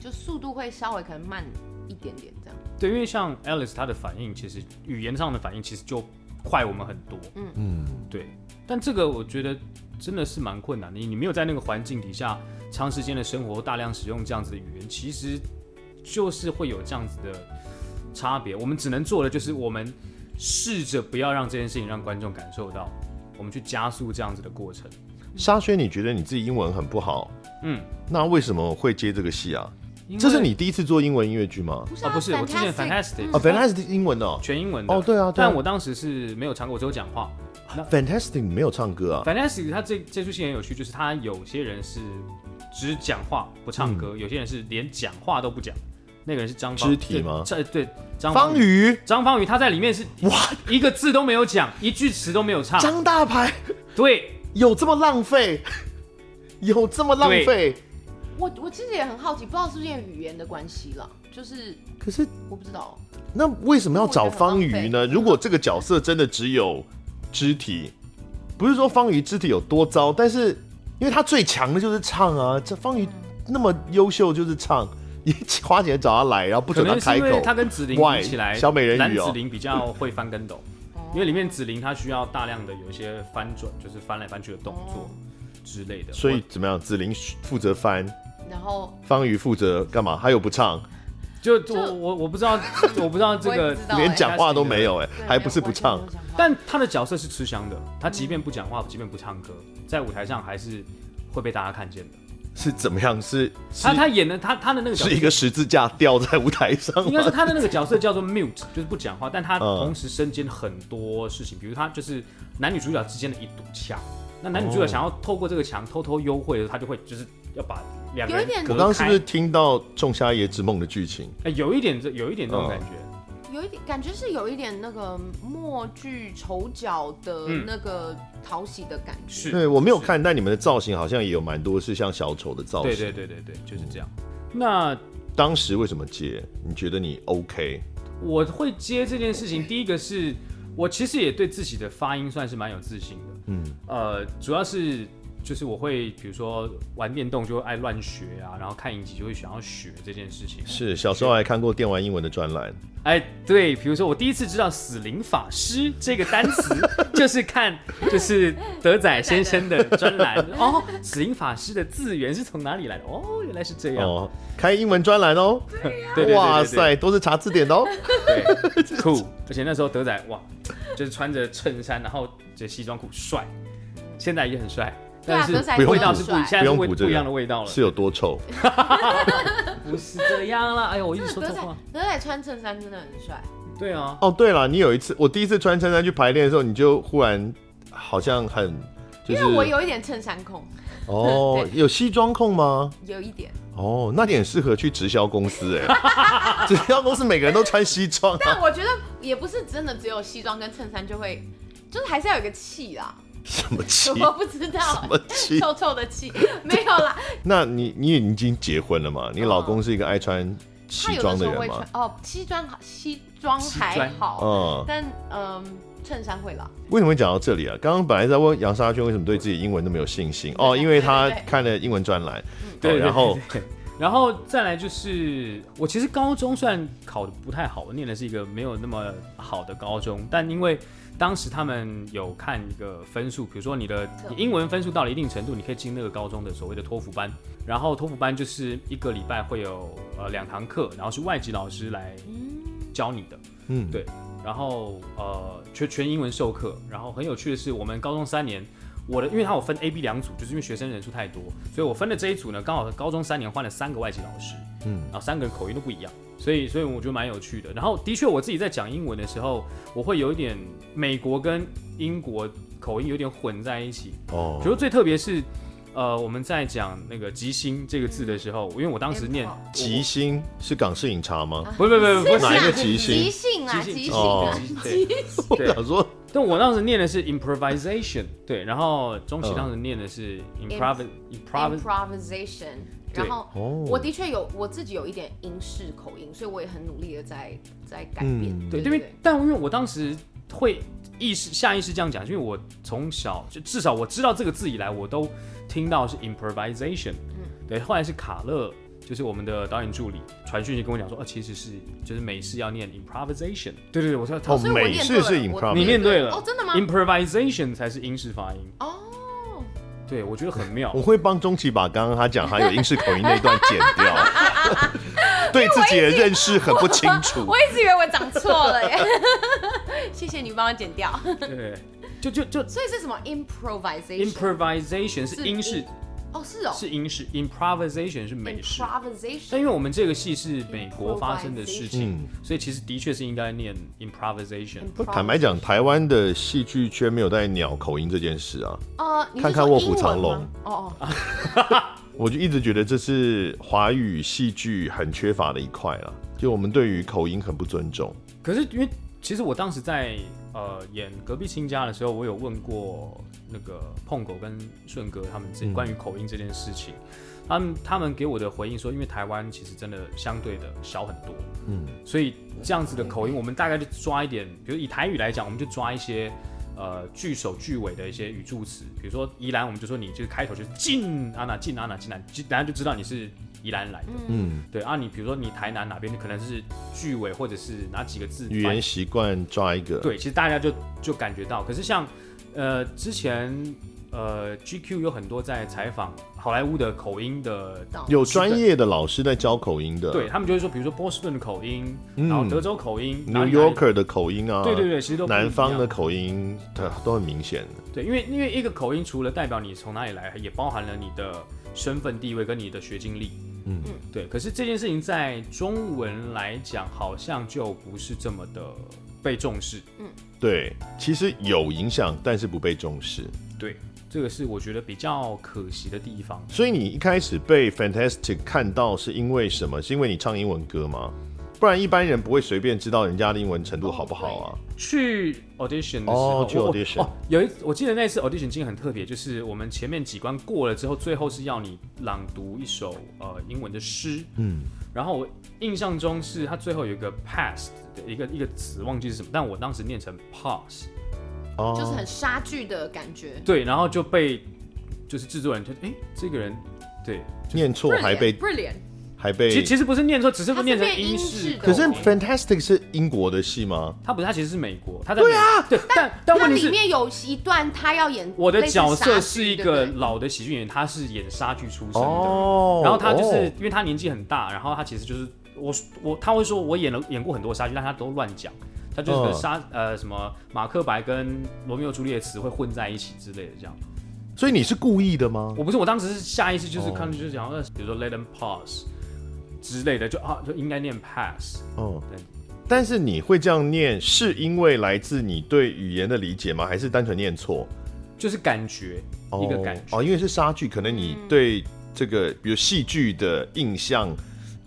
就速度会稍微可能慢一点点这样。对，因为像 Alice 她的反应，其实语言上的反应其实就快我们很多。嗯嗯，对。但这个我觉得真的是蛮困难的，你你没有在那个环境底下长时间的生活，大量使用这样子的语言，其实就是会有这样子的差别。我们只能做的就是我们试着不要让这件事情让观众感受到，我们去加速这样子的过程。沙宣，你觉得你自己英文很不好，嗯，那为什么会接这个戏啊？因为这是你第一次做英文音乐剧吗？不是哦啊，不是我之前 Fantastic，嗯啊、Fantastic f a n t a s t i c 英文哦全英文的哦，对啊，对啊但我当时是没有唱歌，我只有讲话。 Fantastic 你没有唱歌啊， Fantastic 它这这出戏很有趣，就是它有些人是只讲话不唱歌，有些人是连讲话都不讲。那个人是张方嗯肢体吗对对，张方方宇，宇、张方宇他在里面是哇，一个字都没有讲，一句词都没有唱。张大牌对，有这么浪费？ (laughs) 有这么浪费？我我其实也很好奇，不知道是不是因为语言的关系了，就是可是我不知道，那为什么要找方瑜呢？如果这个角色真的只有肢体，不是说方瑜肢体有多糟，但是因为他最强的就是唱啊，这方瑜那么优秀就是唱，你花钱找他来，然后不可准能是开因为口，他跟紫菱 Why？比起来，小美人鱼蓝哦紫菱比较会翻跟斗，因为里面紫菱她需要大量的有一些翻转，就是翻来翻去的动作之类的。哦所以怎么样？紫菱负责翻，然后方瑜负责干嘛？他又不唱，就就我我我不知道，我不知道这我也个不知道欸连讲话都没有哎、对还不是不唱没有。完全没有讲话但他的角色是吃香的，他即便不讲话，即便不唱歌，在舞台上还是会被大家看见的。是怎么样？是是他他演的他他的那个角是一色，个十字架吊在舞台上应该吗说？他的那个角色叫做 mute，就是不讲话，但他嗯同时身兼很多事情，比如他就是男女主角之间的一堵墙。那男女主角想要透过这个墙偷偷幽会的时候，他就会就是要把两个有一人点我隔刚刚是开不是听到《仲夏夜之梦》的剧情？哎有一点这有一点这种嗯感觉？有一点感觉是有一点那个默剧丑角的嗯那个讨喜的感觉，是对我没有是看，但你们的造型好像也有蛮多是像嗯小丑的造型。对对对对对，就是这样。那当时为什么接？你觉得你 OK？我会接这件事情，第一个是我其实也对自己的发音算是蛮有自信的，嗯，呃，主要是就是我会比如说玩电动就会爱乱学啊，然后看影集就会想要学这件事情。啊是小时候还看过电玩英文的专栏，哎，对，比如说我第一次知道“死灵法师”这个单 (laughs) 词，就是看就是德仔先生的专栏 (laughs) 哦，“死灵法师”的字源是从哪里来的？哦，原来是这样。哦，开英文专栏哦，对对对对哇对塞，都是查字典的 (laughs) 哦。 (laughs) 对，酷。而且那时候德仔哇，就是穿着衬衫，然后这西装裤，帅。现在也很帅，对但啊是德仔也味道是很不一，帅现不在是用味补这不个一样的味道了是，有多丑？不是这样啦。哎呦，我一真直的说 (laughs) 德错仔话。德仔穿衬衫真的很帅，对啊，哦，对了，你有一次，我第一次穿衬衫去排练的时候，你就忽然好像很就因是为我有一点衬衫控，哦，有西装控吗？有一点，哦，那你很适合去直销公司哎， (laughs) 直销公司每个人都穿西装啊，但我觉得也不是真的只有西装跟衬衫就会，就是还是要有个气啦，什么气？ (laughs) 我不知道什么， (laughs) 气？臭臭的气没有啦，那你你已经结婚了嘛？你老公是一个爱穿哦他西有装时候人会吗穿？哦，西装好，西装西还装好，嗯，但嗯，衬衫会啦。为什么会讲到这里啊？刚刚本来在问杨沙娟为什么对自己英文那么有信心哦，因为她看了英文专栏，哦对对然后对 (laughs) 然后再来就是，我其实高中虽然考的不太好，我念的是一个没有那么好的高中，但因为当时他们有看一个分数，比如说你的你英文分数到了一定程度，你可以进那个高中的所谓的托福班。然后托福班就是一个礼拜会有呃两堂课，然后是外籍老师来教你的，嗯，对然后呃全全英文授课。然后很有趣的是，我们高中三年。我的，因为它有分 A、B 两组，就是因为学生人数太多，所以我分的这一组呢，刚好高中三年换了三个外籍老师，嗯嗯，然后三个人口音都不一样，所以所以我觉得蛮有趣的。然后的确我自己在讲英文的时候，我会有一点美国跟英国口音有点混在一起。哦比，如最特别是，呃，我们在讲那个“吉星”这个字的时候，因为我当时念嗯吉星是港式饮茶吗？啊不不不是不哪一个即兴即兴啊，即即兴兴哦啊，对我对想说，但我当时念的是 improvisation，对，然后钟琦当时念的是嗯 improv improv improvisation。对然后哦我的确有我自己有一点英式口音，所以我也很努力的在在改变嗯。对，因对为但因为我当时会意识下意识这样讲，因为我从小就至少我知道这个字以来，我都听到是 improvisation。对，嗯后来是卡勒，就是我们的导演助理传讯息跟我讲说，哦、其实是就是美式要念 improvisation。对对对，我说他、哦所以我美念式对是了我 improv 你念对了哦，真的吗？嗯 improvisation 才是英式发音。哦，对，我觉得很妙 (laughs) 我。会帮钟琪把刚刚他讲还有英式口音那一段剪掉， (laughs) 对自己的认识很不清楚我。一直以为我讲错了 (laughs) 耶， (laughs) 谢谢你帮我剪掉。对，就就就所以是什么 improvisation？ improvisation 是英式，哦，是哦，是英式，improvisation 是美式。哎但 improvisation。因为我们这个戏是美国发生的事情，嗯所以其实的确是应该念 improvisation。 improv- 坦白讲，台湾的戏剧圈没有在鸟口音这件事啊，呃，你是看看说卧虎英文藏龙吗哦哦，我就一直觉得这是华语戏剧很缺乏的一块啦，就我们对于口音很不尊重。可是因为其实我当时在呃演《隔壁亲家》的时候，我有问过那个碰狗跟顺哥他们这嗯关于口音这件事情，他们他们给我的回应说，因为台湾其实真的相对的少很多，嗯，所以这样子的口音，我们大概就抓一点，比如以台语来讲，我们就抓一些。呃，句首句尾的一些语助词，比如说宜兰，我们就说你就是开头就是进啊哪进啊哪进来，就大家就知道你是宜兰来的。嗯，对啊，你比如说你台南哪边，你可能是句尾或者是哪几个字语翻言习惯抓一个，对，其实大家就就感觉到。可是像呃之前呃 GQ 有很多在采访好莱坞的口音的，懂有专业的老师在教口音的，嗯对他们就会说，比如说波士顿的口音，然后德州口音，New。哪里哪里 Yorker 的口音啊，对对对，其实都不一南方的样口音它都很明显。对，因为因为一个口音除了代表你从哪里来，也包含了你的身份地位跟你的学经历。嗯嗯，对。可是这件事情在中文来讲，好像就不是这么的被重视。对，其实有影响，但是不被重视。对，这个是我觉得比较可惜的地方。所以你一开始被 Fantastic 看到是因为什么？是因为你唱英文歌吗？不然一般人不会随便知道人家的英文程度好不好啊。去 audition 的时候，哦去我 audition 哦，有一我记得那次 audition 经很特别，就是我们前面几关过了之后，最后是要你朗读一首呃英文的诗，嗯，然后我印象中是它最后有一个 past 的一个一个词，忘记是什么，但我当时念成 pass，哦就是很杀剧的感觉。对，然后就被就是制作人就哎、这个人对，念错还被 brilliant，还被。其实其实不是念错，只是它是念成变英英式式的可是哦 Fantastic 是英国的戏吗？他不是他其实是美国，他在对啊，对，但但它问里题是。面有一段他要演我的类似角杀色剧是一对不个对老的喜剧演员，他是演杀剧出身的。哦然后他就是、因为他年纪很大，然后他其实就是我我他会说我演了演过很多杀剧，但他都乱讲，他就是跟嗯杀、呃什么马克白跟罗密欧朱丽叶词汇混在一起之类的这样。所以你是故意的吗？我不是我当时是下意识就是看就是讲哦呃比如说 let them pass 之类的，就啊就应该念 pass。哦对。但是你会这样念，是因为来自你对语言的理解吗？还是单纯念错？就是感觉、一个感觉，嗯哦，因为是莎剧，可能你对这个比如戏剧的印象，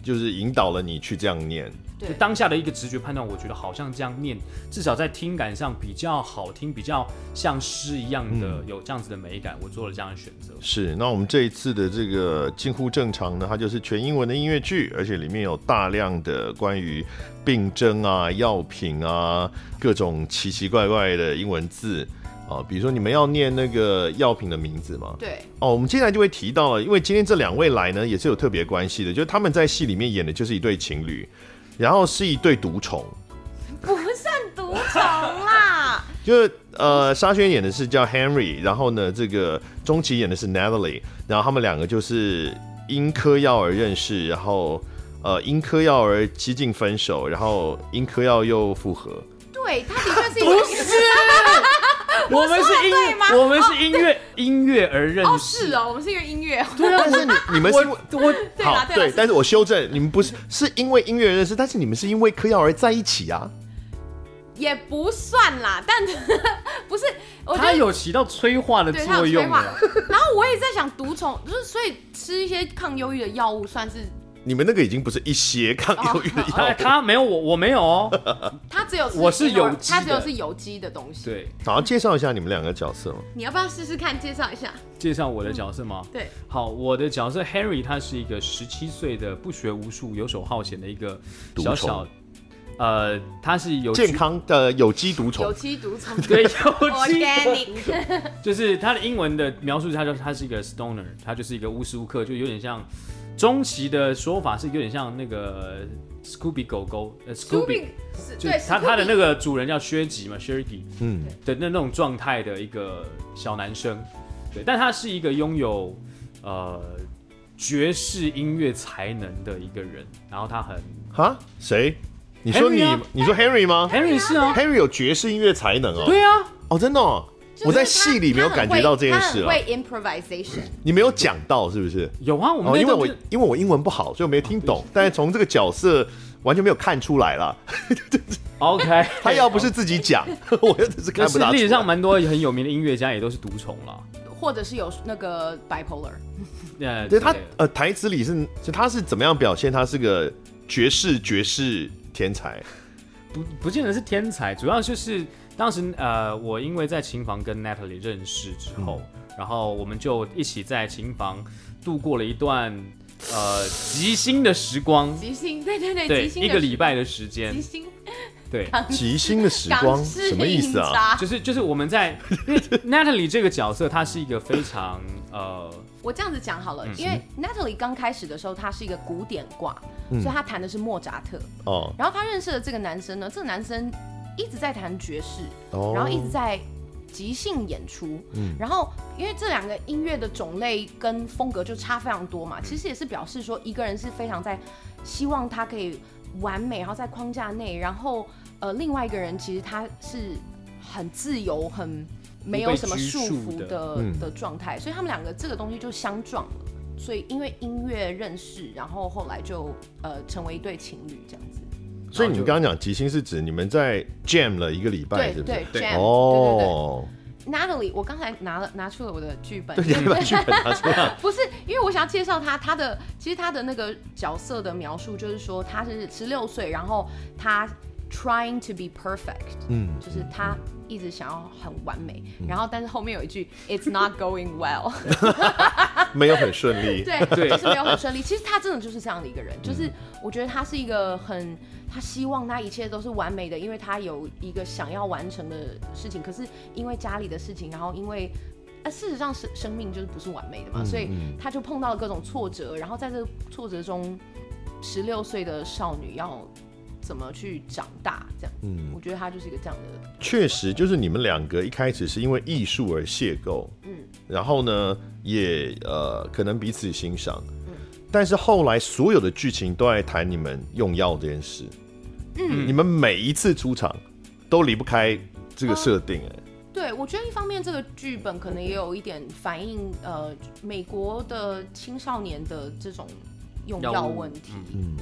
就是引导了你去这样念。就对当下的一个直觉判断，我觉得好像这样念，至少在听感上比较好听，比较像诗一样的、嗯有这样子的美感，我做了这样的选择。是，那我们这一次的这个近乎正常呢，它就是全英文的音乐剧，而且里面有大量的关于病症啊、药品啊、各种奇奇怪怪的英文字啊，比如说你们要念那个药品的名字吗？对哦，我们接下来就会提到了，因为今天这两位来呢也是有特别关系的，就是他们在戏里面演的就是一对情侣，然后是一对毒虫。不算独宠啦，就是呃，沙宣演的是叫 Henry，然后呢，这个钟琪演的是 Natalie，然后他们两个就是因嗑药而认识，然后呃，因嗑药而激进分手，然后因嗑药又复合。对，他的确是 (laughs) 啊一个我们是音乐，我们是音乐音乐而认哦，识。是哦，我们是一个音乐，对啊，但是你你们是因为我我对好啦对啦是但是我修正，你们不是是因为音乐认识，但是你们是因为嗑药而在一起啊。也不算啦，但不是，我觉它得有起到催化的对它有作催用化的。然后我也在想，毒虫就是所以吃一些抗忧郁的药物算是，你们那个已经不是一些抗忧郁的药哦哎，物，他没有我，我没有哦。它只有我是有机的它只有是有机的东西。，对，好，介绍一下你们两个角色嘛。你要不要试试看？介绍一下。介绍我的角色吗？对，好，我的角色 Harry，他是一个十七岁的不学无术、游手好闲的一个毒小虫小，呃，他是有健康的有机毒有虫，机毒 (laughs) 虫。对有机的， Organic，就是他的英文的描述，他就他是一个 stoner，他就是一个无时无刻就有点像中期的说法是有点像那个 Scooby 狗狗，呃 Scooby 是就对，他他的那个个主人叫薛吉嘛，Shirky 嗯，的那那种状态的一个小男生，对，但他是一个拥有呃爵士音乐才能的一个人，然后他很哈，谁？你说你 Henry 啊你说 Henry 吗 Henry 是啊， ？Henry 有爵士音乐才能哦。对啊，哦，真的哦，我在戏里没有感觉到这件事哦会，improvisation，你没有讲到是不是？有啊，我们哦，那因为种我就是因为我英文不好，所以我没听哦懂，但是从这个角色完全没有看出来了。 OK，他要哦不是自己讲， (laughs) 我真是 (laughs) 看不可啊是打出来。历史上蛮多很有名的音乐家也都是毒虫啦，或者是有那个 bipolar，呃，对他之类的呃台词里是，就他是怎么样表现他是个爵士爵士天 (laughs) 才？不不见得是天才，主要就是当时呃，我因为在琴房跟 Natalie 认识之后，然后我们就一起在琴房度过了一段呃极星的时光，即兴，对对对，对，即兴一个礼拜的时间即，兴对，极星的时光港式什么意思啊？硬扎就是就是我们在因为 Natalie 这个角色，她是一个非常呃，我这样子讲好了，嗯因为 Natalie 刚开始的时候，她是一个古典挂，嗯所以她弹的是莫扎特。哦然后她认识了这个男生呢，这个男生一直在弹爵士，哦，嗯然后一直在即兴演出。然后因为这两个音乐的种类跟风格就差非常多嗯嘛，其实也是表示说一个人是非常在希望他可以完美，然后在框架内，然后呃，另外一个人其实他是很自由、很没有什么束缚不被拘束的的嗯的状态，所以他们两个这个东西就相撞了。所以因为音乐认识，然后后来就呃成为一对情侣这样子。所以你们刚刚讲极星是指你们在 jam 了一个礼拜，是不对是？对，Jam，对对对。哦， Natalie，我刚才拿了拿出了我的剧本，对，你要把 (laughs) 剧本拿出来。不是，因为我想要介绍他，他的其实他的那个角色的描述就是说，他是十六岁，然后他 trying to be perfect，嗯，就是他一直想要很完美，然后但是后面有一句 it's not going well，没有很顺 (laughs) 利。对，对就是没有很顺利。其实他真的就是这样的一个人，就是我觉得他是一个很，他希望他一切都是完美的，因为他有一个想要完成的事情，可是因为家里的事情，然后因为。呃，事实上生生命就是不是完美的嘛，所以他就碰到了各种挫折，然后在这个挫折中，十六岁的少女要怎么去长大？这样，嗯，我觉得他就是一个这样的，确实，就是你们两个一开始是因为艺术而邂逅，嗯，然后呢，也呃，可能彼此欣赏，但是后来所有的剧情都在谈你们用药这件事，嗯，你们每一次出场都离不开这个设定、哎、对，我觉得一方面这个剧本可能也有一点反映呃美国的青少年的这种用药药物问题，嗯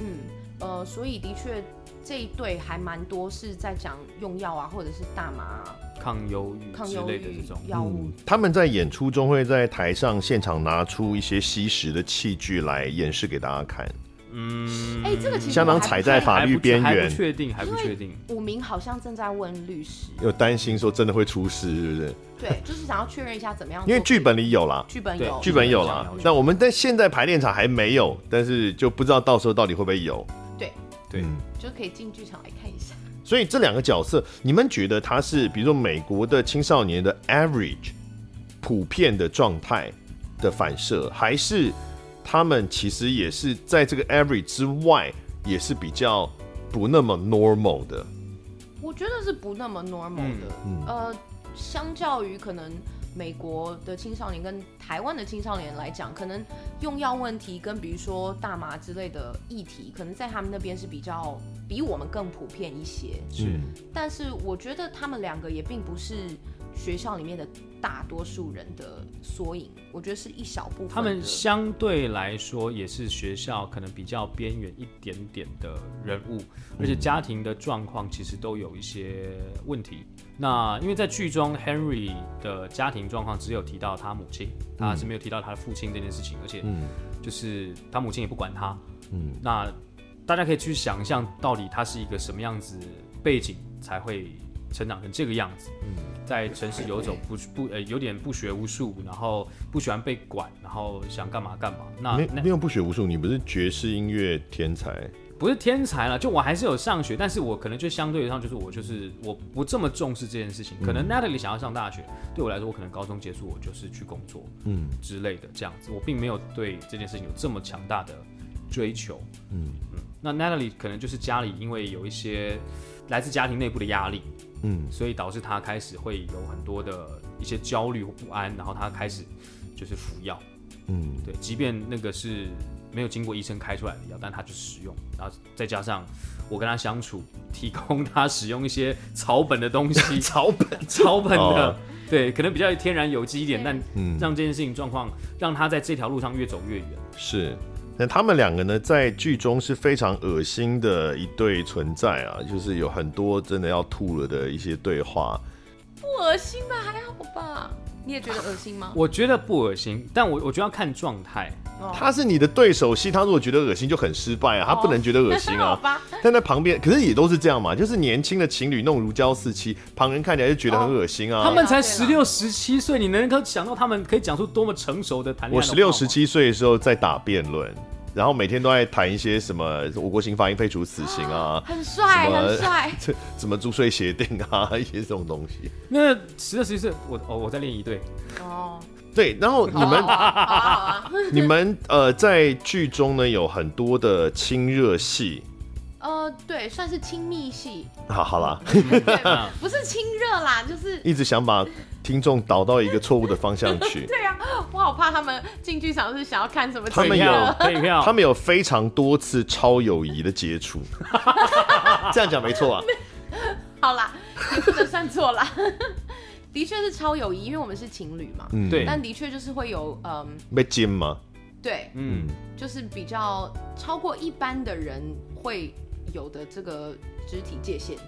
呃，所以的确这一对还蛮多是在讲用药啊，或者是大麻啊、抗忧郁抗之忧类的郁这种，药物，他们在演出中会在台上现场拿出一些吸食的器具来演示给大家看，嗯，哎、这个其实相当我还踩不在太法还律不边还缘不确定，还不确定。武明好像正在问律师，又担心说真的会出事，是不是？对，就是想要确认一下怎么样做，因为剧本里有啦，剧本对有剧本有了啦，那我们在现在排练场还没有，但是就不知道到时候到底会不会有。对，对嗯就可以进剧场来看一下。所以这两个角色，你们觉得他是比如说美国的青少年的 average 普遍的状态的反射，还是他们其实也是在这个 average 之外，也是比较不那么 normal 的？我觉得是不那么 normal 的。嗯呃，相较于可能美国的青少年跟台湾的青少年来讲，可能用药问题跟比如说大麻之类的议题，可能在他们那边是比较比我们更普遍一些。是但是我觉得他们两个也并不是学校里面的大多数人的缩影，我觉得是一小部分的。他们相对来说也是学校可能比较边缘一点点的人物，而且家庭的状况其实都有一些问题。那因为在剧中 Henry 的家庭状况只有提到他母亲，他是没有提到他的父亲这件事情，而且嗯就是他母亲也不管他。嗯，那大家可以去想象，到底他是一个什么样子背景才会成长成这个样子。嗯在城市游走不不呃有点不学无术，然后不喜欢被管，然后想干嘛干嘛。那没那没有不学无术，你不是爵士音乐天才，不是天才了，就我还是有上学，但是我可能就相对上就是我就是我不这么重视这件事情。可嗯能 Natalie 想要上大学，对我来说，我可能高中结束我就是去工作嗯之类的这样子，我并没有对这件事情有这么强大的追求。嗯那 Natalie 可能就是家里因为有一些来自家庭内部的压力，嗯所以导致他开始会有很多的一些焦虑或不安，然后他开始就是服药，嗯对，即便那个是没有经过医生开出来的药，但他就使用，然后再加上我跟他相处，提供他使用一些草本的东西，草本草本的，哦对，可能比较天然有机一点，对但嗯，让这件事情状况让他在这条路上越走越远。啊是。那他们两个呢，在剧中是非常恶心的一对存在啊，就是有很多真的要吐了的一些对话。不恶心吧？还好吧？你也觉得恶心吗？我觉得不恶心，但我我觉得要看状态，哦他是你的对手戏，他如果觉得恶心就很失败哦啊，他不能觉得恶心好 (laughs) 啊。吧？但在旁边，可是也都是这样嘛，就是年轻的情侣弄如胶似漆，旁人看起来就觉得很恶心啊。他们才对十啦六十七岁，你能够想到他们可以讲出多么成熟的谈我恋爱？十六十，七岁的时候在打辩论，然后每天都在谈一些什么我国刑法应废除死刑啊，很帅，什么 (laughs) 很帅。这什么租税协定啊， (laughs) 一些这种东西。那十六十七岁，我哦我在练一队，哦，对，然 (laughs) 后你们哦好啊好啊。你们呃在剧中呢有很多的亲热戏，呃，对，算是亲密系，好好啦，对，不是亲热啦，就是一直想把听众导到一个错误的方向 (laughs) 去。对啊， (gasps) 我好怕他们进剧场是想要看什么他们亲热有配票，他们有非常多次超友谊的接触，这样讲没错啊。好啦，也不能算错啦。 (laughs) 的确是超友谊，因为我们是情侣嘛，嗯，对但的确就是会有嗯，被奸吗？对，嗯，就是比较超过一般的人会有的这个肢体界限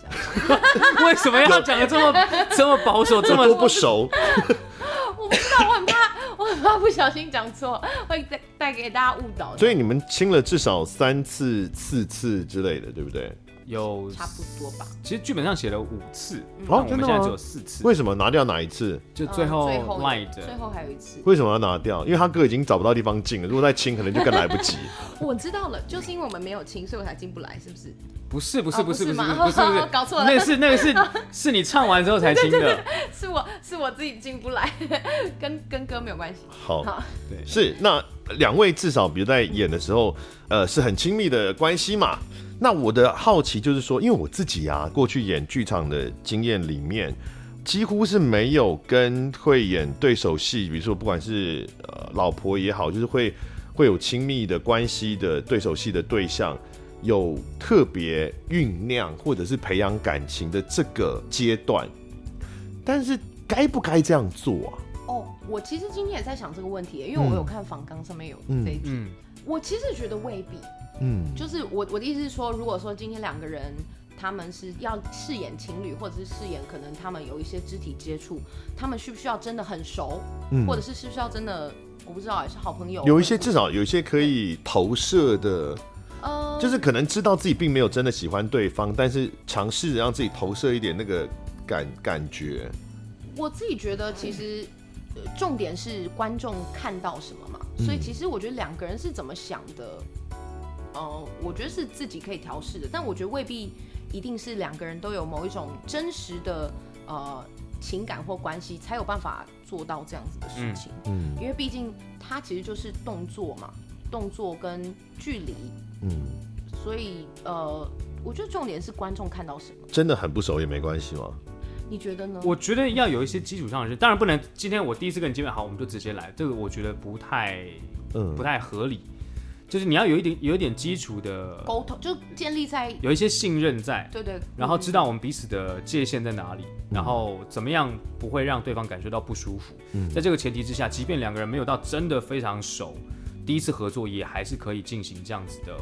这样。 (laughs) 为什么要讲的这么这么保守，这有多么不熟？我不知道，我很怕，我很怕不小心讲错，会带带给大家误导。所以你们亲了至少三次、四次之类的，对不对？有？差不多嗯吧。其实剧本上写了五次，但哦我真的们现在吗只有四次，为什么拿掉哪一次？就嗯最后最后 lie 最的。后还有一次，为什么要拿掉？因为他哥已经找不到地方进了，如果再亲，可能就更来不及。我知道了，就是因为我们没有亲，所以我才进不来，是不是？ (laughs) 不是不哦是不不是是不是吗不是不是， (laughs) 搞错了那个是那个是是你唱完之后才听的，是我是我自己进不来， (laughs) 跟跟歌没有关系。好，好对是那两位至少比如在演的时候，呃，是很亲密的关系嘛。那我的好奇就是说，因为我自己啊，过去演剧场的经验里面，几乎是没有跟会演对手戏，比如说不管是呃老婆也好，就是会会有亲密的关系的对手戏的对象，有特别酝酿或者是培养感情的这个阶段。但是该不该这样做啊？哦，我其实今天也在想这个问题，因为嗯我有看访纲上面有这一题，嗯，我其实觉得未必。嗯，就是我我的意思是说，如果说今天两个人他们是要饰演情侣，或者是饰演可能他们有一些肢体接触，他们需不需要真的很熟，嗯或者是需不需要真的我不知道欸，是好朋友？有一些至少有一些可以投射的，呃，就是可能知道自己并没有真的喜欢对方，但是尝试着让自己投射一点那个感感觉。我自己觉得其实。呃重点是观众看到什么嘛，所嗯以其实我觉得两个人是怎么想的，呃，我觉得是自己可以调试的，但我觉得未必一定是两个人都有某一种真实的呃情感或关系才有办法做到这样子的事情，嗯因为毕竟它其实就是动作嘛，动作跟距离，嗯，所以呃，我觉得重点是观众看到什么，真的很不熟也没关系吗？你觉得呢？我觉得要有一些基础上的事，当然不能今天我第一次跟你见面，好，我们就直接来，这个我觉得不太嗯不，太合理。就是你要有一点有一点基础的，沟通就建立在有一些信任在，对嗯对，然后知道我们彼此的界限在哪里，然后怎么样不会让对方感觉到不舒服。嗯在这个前提之下，即便两个人没有到真的非常熟，第一次合作也还是可以进行这样子的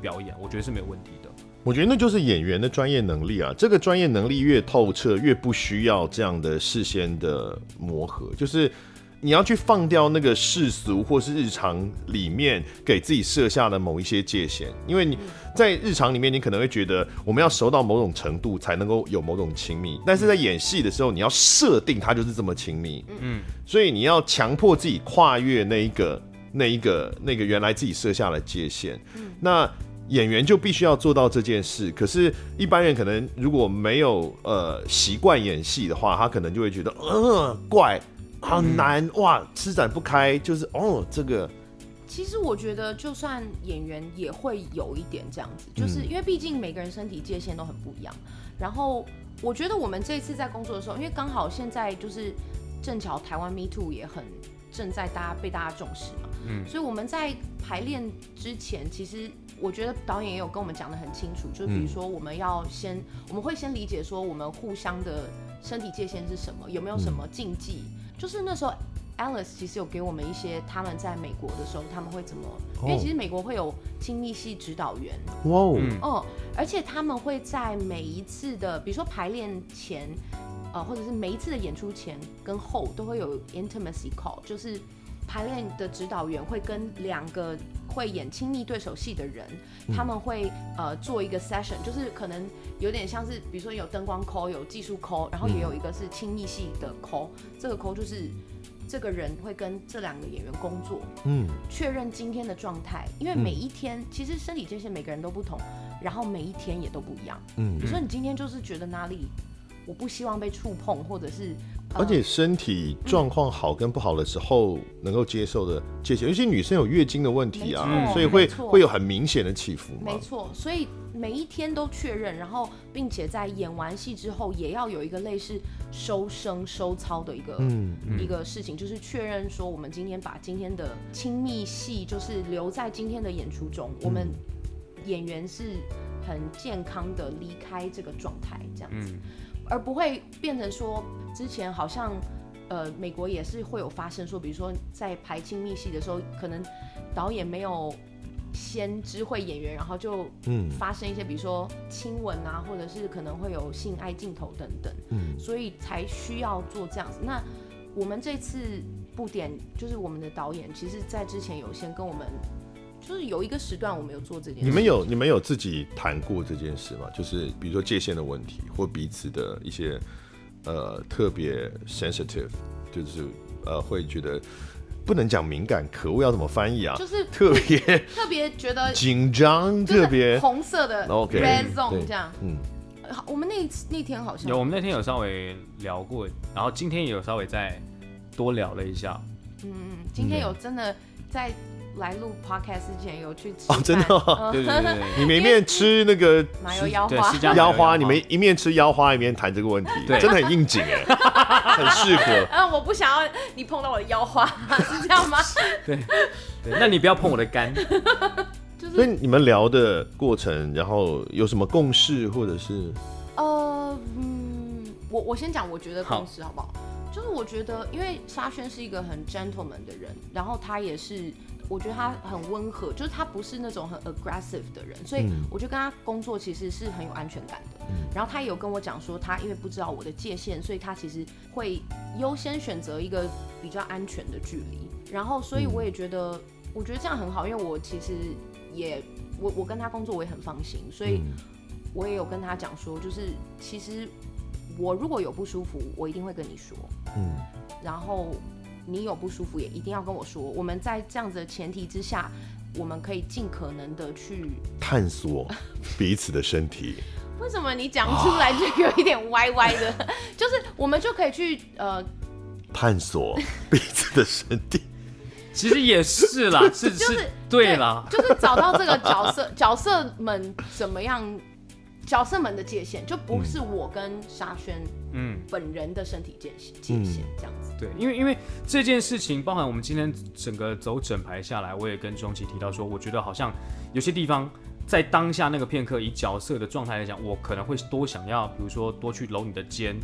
表演，我觉得是没有问题的。我觉得那就是演员的专业能力啊。这个专业能力越透彻，越不需要这样的事先的磨合，就是。你要去放掉那个世俗或是日常里面给自己设下的某一些界限，因为你在日常里面，你可能会觉得我们要熟到某种程度才能够有某种亲密，但是在演戏的时候，你要设定它就是这么亲密，嗯，所以你要强迫自己跨越那一个、那一个、那个原来自己设下的界限，那演员就必须要做到这件事。可是，一般人可能如果没有呃习惯演戏的话，他可能就会觉得，呃，怪，好难、哇，施展不开，就是哦，这个其实我觉得，就算演员也会有一点这样嗯子，就是因为毕竟每个人身体界限都很不一样。然后我觉得我们这一次在工作的时候，因为刚好现在就是正巧台湾 Me Too 也很正在大家被大家重视嘛，嗯，所以我们在排练之前，其实我觉得导演也有跟我们讲的很清楚，就是比如说我们要先，我们会先理解说我们互相的身体界限是什么，有没有什么禁忌，就是那时候 Alice 其实有给我们一些他们在美国的时候他们会怎么，因为其实美国会有亲密系指导员，哇哦，嗯哦，而且他们会在每一次的，比如说排练前，呃，或者是每一次的演出前跟后都会有 intimacy call，就是排练的指导员会跟两个会演亲密对手戏的人，他们会呃做一个 session，就是可能有点像是，比如说有灯光 call，有技术 call，然后也有一个是亲密戏的 call，、这个 call 就是。这个人会跟这两个演员工作，嗯，确认今天的状态，因为每一天、其实身体界限每个人都不同，然后每一天也都不一样。嗯嗯，比如说你今天就是觉得哪里我不希望被触碰，或者是、呃而且身体状况好跟不好的时候，能够接受的界限，尤其女生有月经的问题啊，没错所以会没错会有很明显的起伏嘛没。错，所以每一天都确认，然后并且在演完戏之后也要有一个类似收声收操的一个、嗯一个事情，就是确认说我们今天把今天的亲密戏就是留在今天的演出中，我们演员是很健康的离开这个状态这嗯样子，而不会变成说之前好像。呃，美国也是会有发生说，比如说在排亲密戏的时候，可能导演没有先知会演员，然后就嗯发生一些，比如说亲吻啊，或者是可能会有性爱镜头等等，嗯所以才需要做这样子。那我们这次布点就是我们的导演，其实在之前有先跟我们，就是有一个时段我们有做这件事。你们有你们有自己谈过这件事吗？就是比如说界限的问题，或彼此的一些呃特别 sensitive，就是呃会觉得不能讲敏感，可恶要怎么翻译啊？就是特 (laughs) 别特别觉得紧张，就是特别红色的 OK， red zone 对这样。嗯好我们那一次那天好像有，我们那天有稍微聊过，然后今天也有稍微再多聊了一下。嗯，今天有真的在来录 podcast 之前有去吃哦饭，真的哦嗯对对对 (laughs) 对你们一面吃那个 (laughs) 麻油腰对，花是。这样腰聊花，的你们一面吃腰花一面谈这个问题，对真的很应景哎，很适合。 (laughs) 嗯，我不想要你碰到我的腰花， (laughs) 是这样吗？对那你不要碰我的肝。 (laughs) 就所以是你们聊的过程，然后有什么共识，或者是呃，嗯，我我先讲，我觉得好公司好不好？就是我觉得，因为沙宣是一个很 gentleman 的人，然后他也是，我觉得他很温和，就是他不是那种很 aggressive 的人，所以我觉得跟他工作其实是很有安全感的。然后他也有跟我讲说，他因为不知道我的界限，所以他其实会优先选择一个比较安全的距离。然后，所以我也觉得，我觉得这样很好，因为我其实也我我跟他工作我也很放心，所以我也有跟他讲说，就是其实我如果有不舒服，我一定会跟你说，嗯然后你有不舒服也一定要跟我说。我们在这样子的前提之下，我们可以尽可能的去。探索彼此的身体？为什么你讲出来哦就有一点歪歪的？ (laughs) 就是我们就可以去呃，探索彼此的身体。其实也是啦，是就是对 (laughs) 啦，就是找到这个角色角色们怎么样角色们的界限，就不是嗯我跟沙宣嗯，本人的身体界限嗯界限这样子。对，因为因为这件事情，包含我们今天整个走整排下来，我也跟钟琦提到说，我觉得好像有些地方在当下那个片刻，以角色的状态来讲，我可能会多想要，比如说多去搂你的肩，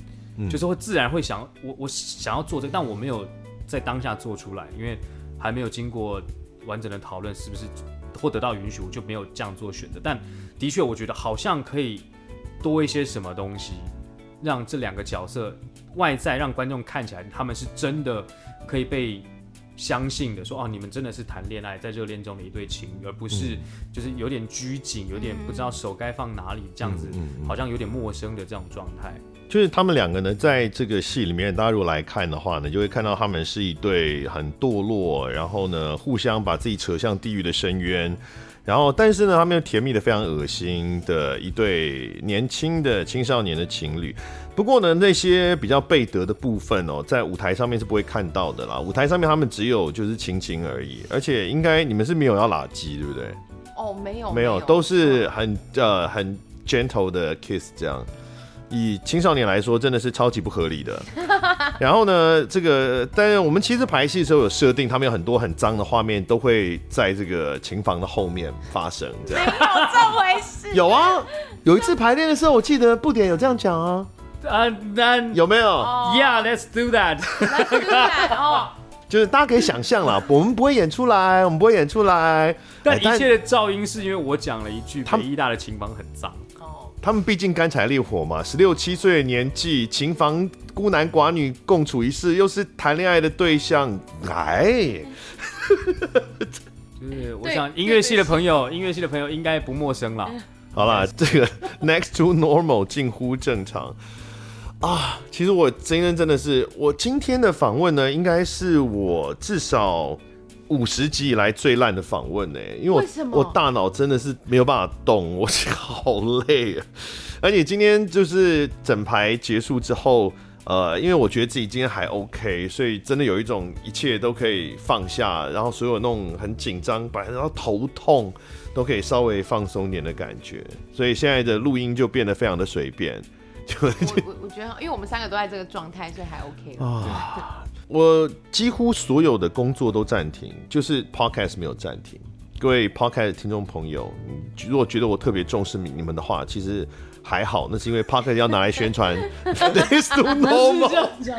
就是会自然会想我我想要做这个，但我没有在当下做出来，因为还没有经过完整的讨论，是不是或得到允许，我就没有这样做选择。但的确，我觉得好像可以多一些什么东西，让这两个角色外在让观众看起来他们是真的可以被相信的，说哦，你们真的是谈恋爱，在热恋中的一对情侣，而不是就是有点拘谨，有点不知道手该放哪里这样子，好像有点陌生的这种状态。就是他们两个呢，在这个戏里面，大家如果来看的话呢，就会看到他们是一对很堕落，然后呢，互相把自己扯向地狱的深渊。然后，但是呢，他们又甜蜜的非常恶心的一对年轻的青少年的情侣。不过呢，那些比较背德的部分哦，在舞台上面是不会看到的啦。舞台上面他们只有就是亲亲而已，而且应该你们是没有要拉鸡，对不对？哦，没有嗯没有，都是很呃很 gentle 的 kiss 这样。以青少年来说，真的是超级不合理 (laughs) 的。然后呢，这个，但是我们其实排戏的时候有设定，他们有很多很脏的画面都会在这个琴房的后面发生，这样。没有这回事。有啊，有一次排练的时候，我记得布点有这样讲啊，啊，那有没有？ Yeah，let's do that 来哦就是来 (laughs) 哦，就是大家可以想象啦，我们不会演出来，我们不会演出来。但哎一切的噪音是因为我讲了一句他北们医大的琴房很脏，哦，他们毕竟干柴烈火嘛，十六七岁的年纪，琴房孤男寡女共处一室，又是谈恋爱的对象，哎，就是我对想音乐系的朋友，音乐系的朋友应该不陌生啦。好啦，这个 (laughs) next to normal 近乎正常啊。其实我今天真的是，我今天的访问呢，应该是我至少五十集以来最烂的访问呢、因为我为什么我大脑真的是没有办法动，我好累啊。 (laughs) 而且今天就是整排结束之后。呃，因为我觉得自己今天还 OK，所以真的有一种一切都可以放下，然后所有那种很紧张，本来然后头痛，都可以稍微放松点的感觉，所以现在的录音就变得非常的随便。就我我我觉得，因为我们三个都在这个状态，所以还 OK 哦了。我几乎所有的工作都暂停，就是 podcast 没有暂停。各位 podcast 的听众朋友，你如果觉得我特别重视你你们的话，其实还好，那是因为 podcast 要拿来宣传 (laughs) This to normal。居然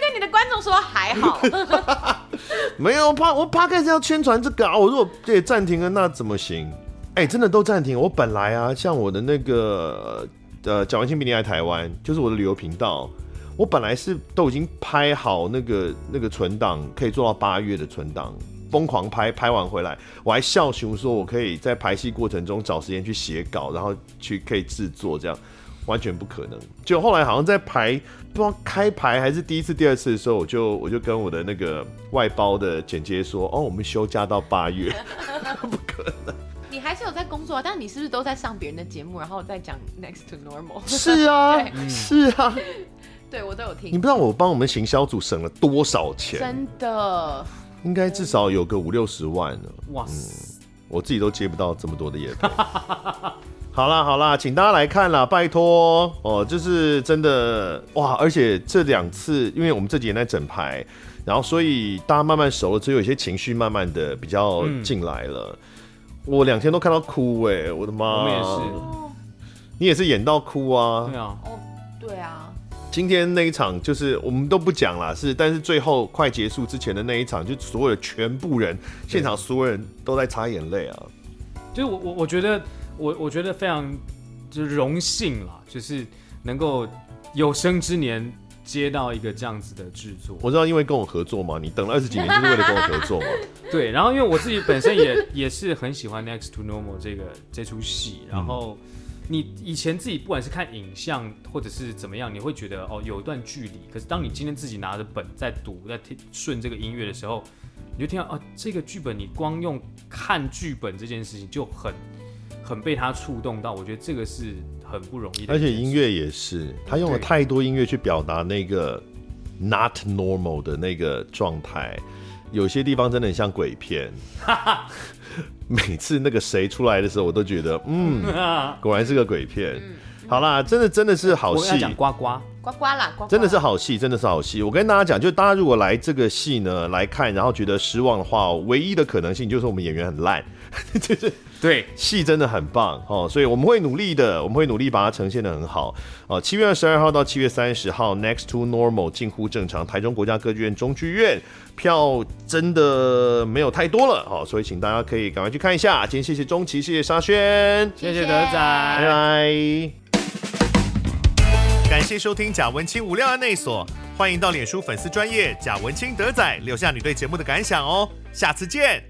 跟你的观众说还好， (laughs) (laughs) 没有 p 我 podcast 要宣传这个啊，我如果这也暂停了，那怎么行？哎、真的都暂停。我本来啊，像我的那个呃，蒋文清比你爱台湾，就是我的旅游频道，我本来是都已经拍好那个那个存档，可以做到八月的存档，疯狂拍，拍完回来，我还笑熊说，我可以在排戏过程中找时间去写稿，然后去可以制作这样。完全不可能。就后来好像在排不知道开排还是第一次、第二次的时候，我就我就跟我的那个外包的剪接说，哦，我们休假到八 (laughs) 月。你还是有在工作啊，但你是不是都在上别人的节目，然后再讲 next to normal？是啊，对是啊，对我都有你听不，知道我帮我们行销组省了多少钱，真的。应该至少有个五六十万啊呢。哇塞，我自己都接不到这么多的业配。 (laughs) 好啦好啦，请大家来看啦，拜托哦，就是真的哇！而且这两次，因为我们这几年在整排，然后所以大家慢慢熟了，只有一些情绪慢慢的比较进来了。我两天都看到哭哎、我的妈！我们也是，哦，你也是演到哭啊对！啊，哦，对啊，今天那一场就是我们都不讲啦，是但是最后快结束之前的那一场，就所有的全部人，现场所有人都在擦眼泪啊！就是我我我觉得我我觉得非常就是荣幸啦，就是能够有生之年接到一个这样子的制作，我知道，因为跟我合作嘛，你等了二十几年就是为了跟我合 (laughs) 作嘛。对，然后因为我自己本身也 (laughs) 也是很喜欢《Next to Normal》这个这出戏，嗯然后你以前自己不管是看影像或者是怎么样，你会觉得哦有一段距离，可是当你今天自己拿着本在读在听顺这个音乐的时候，你就听到啊这个剧本，你光用看剧本这件事情就很很被它触动到，我觉得这个是很不容易的而一件事，且 (laughs) 音乐也是，他用了对太多音乐去表达那个 not (laughs) normal 的那个状态，有些地方真的很像鬼片。每次那个谁出来的时候，我都觉得，嗯，果然是个鬼片。好啦，真的真的是好我跟他戏，讲啊呱呱，呱呱啦，呱呱真的是好戏，真的是好戏。我跟大家讲，就大家如果来这个戏呢来看，然后觉得失望的话，哦唯一的可能性就是我们演员很烂，就是对，戏真的很棒哦，所以我们会努力的，我们会努力把它呈现的很好哦。七月二十二号到七月三十号，Next to Normal 近乎正常，台中国家歌剧院中剧院票真的没有太多了哦，所以请大家可以赶快去看一下。今天谢谢钟琪，谢谢沙宣，谢谢谢谢德仔，拜拜。感谢收听贾文清无料案内所，欢迎到脸书粉丝专业贾文清德仔留下你对节目的感想哦，下次见。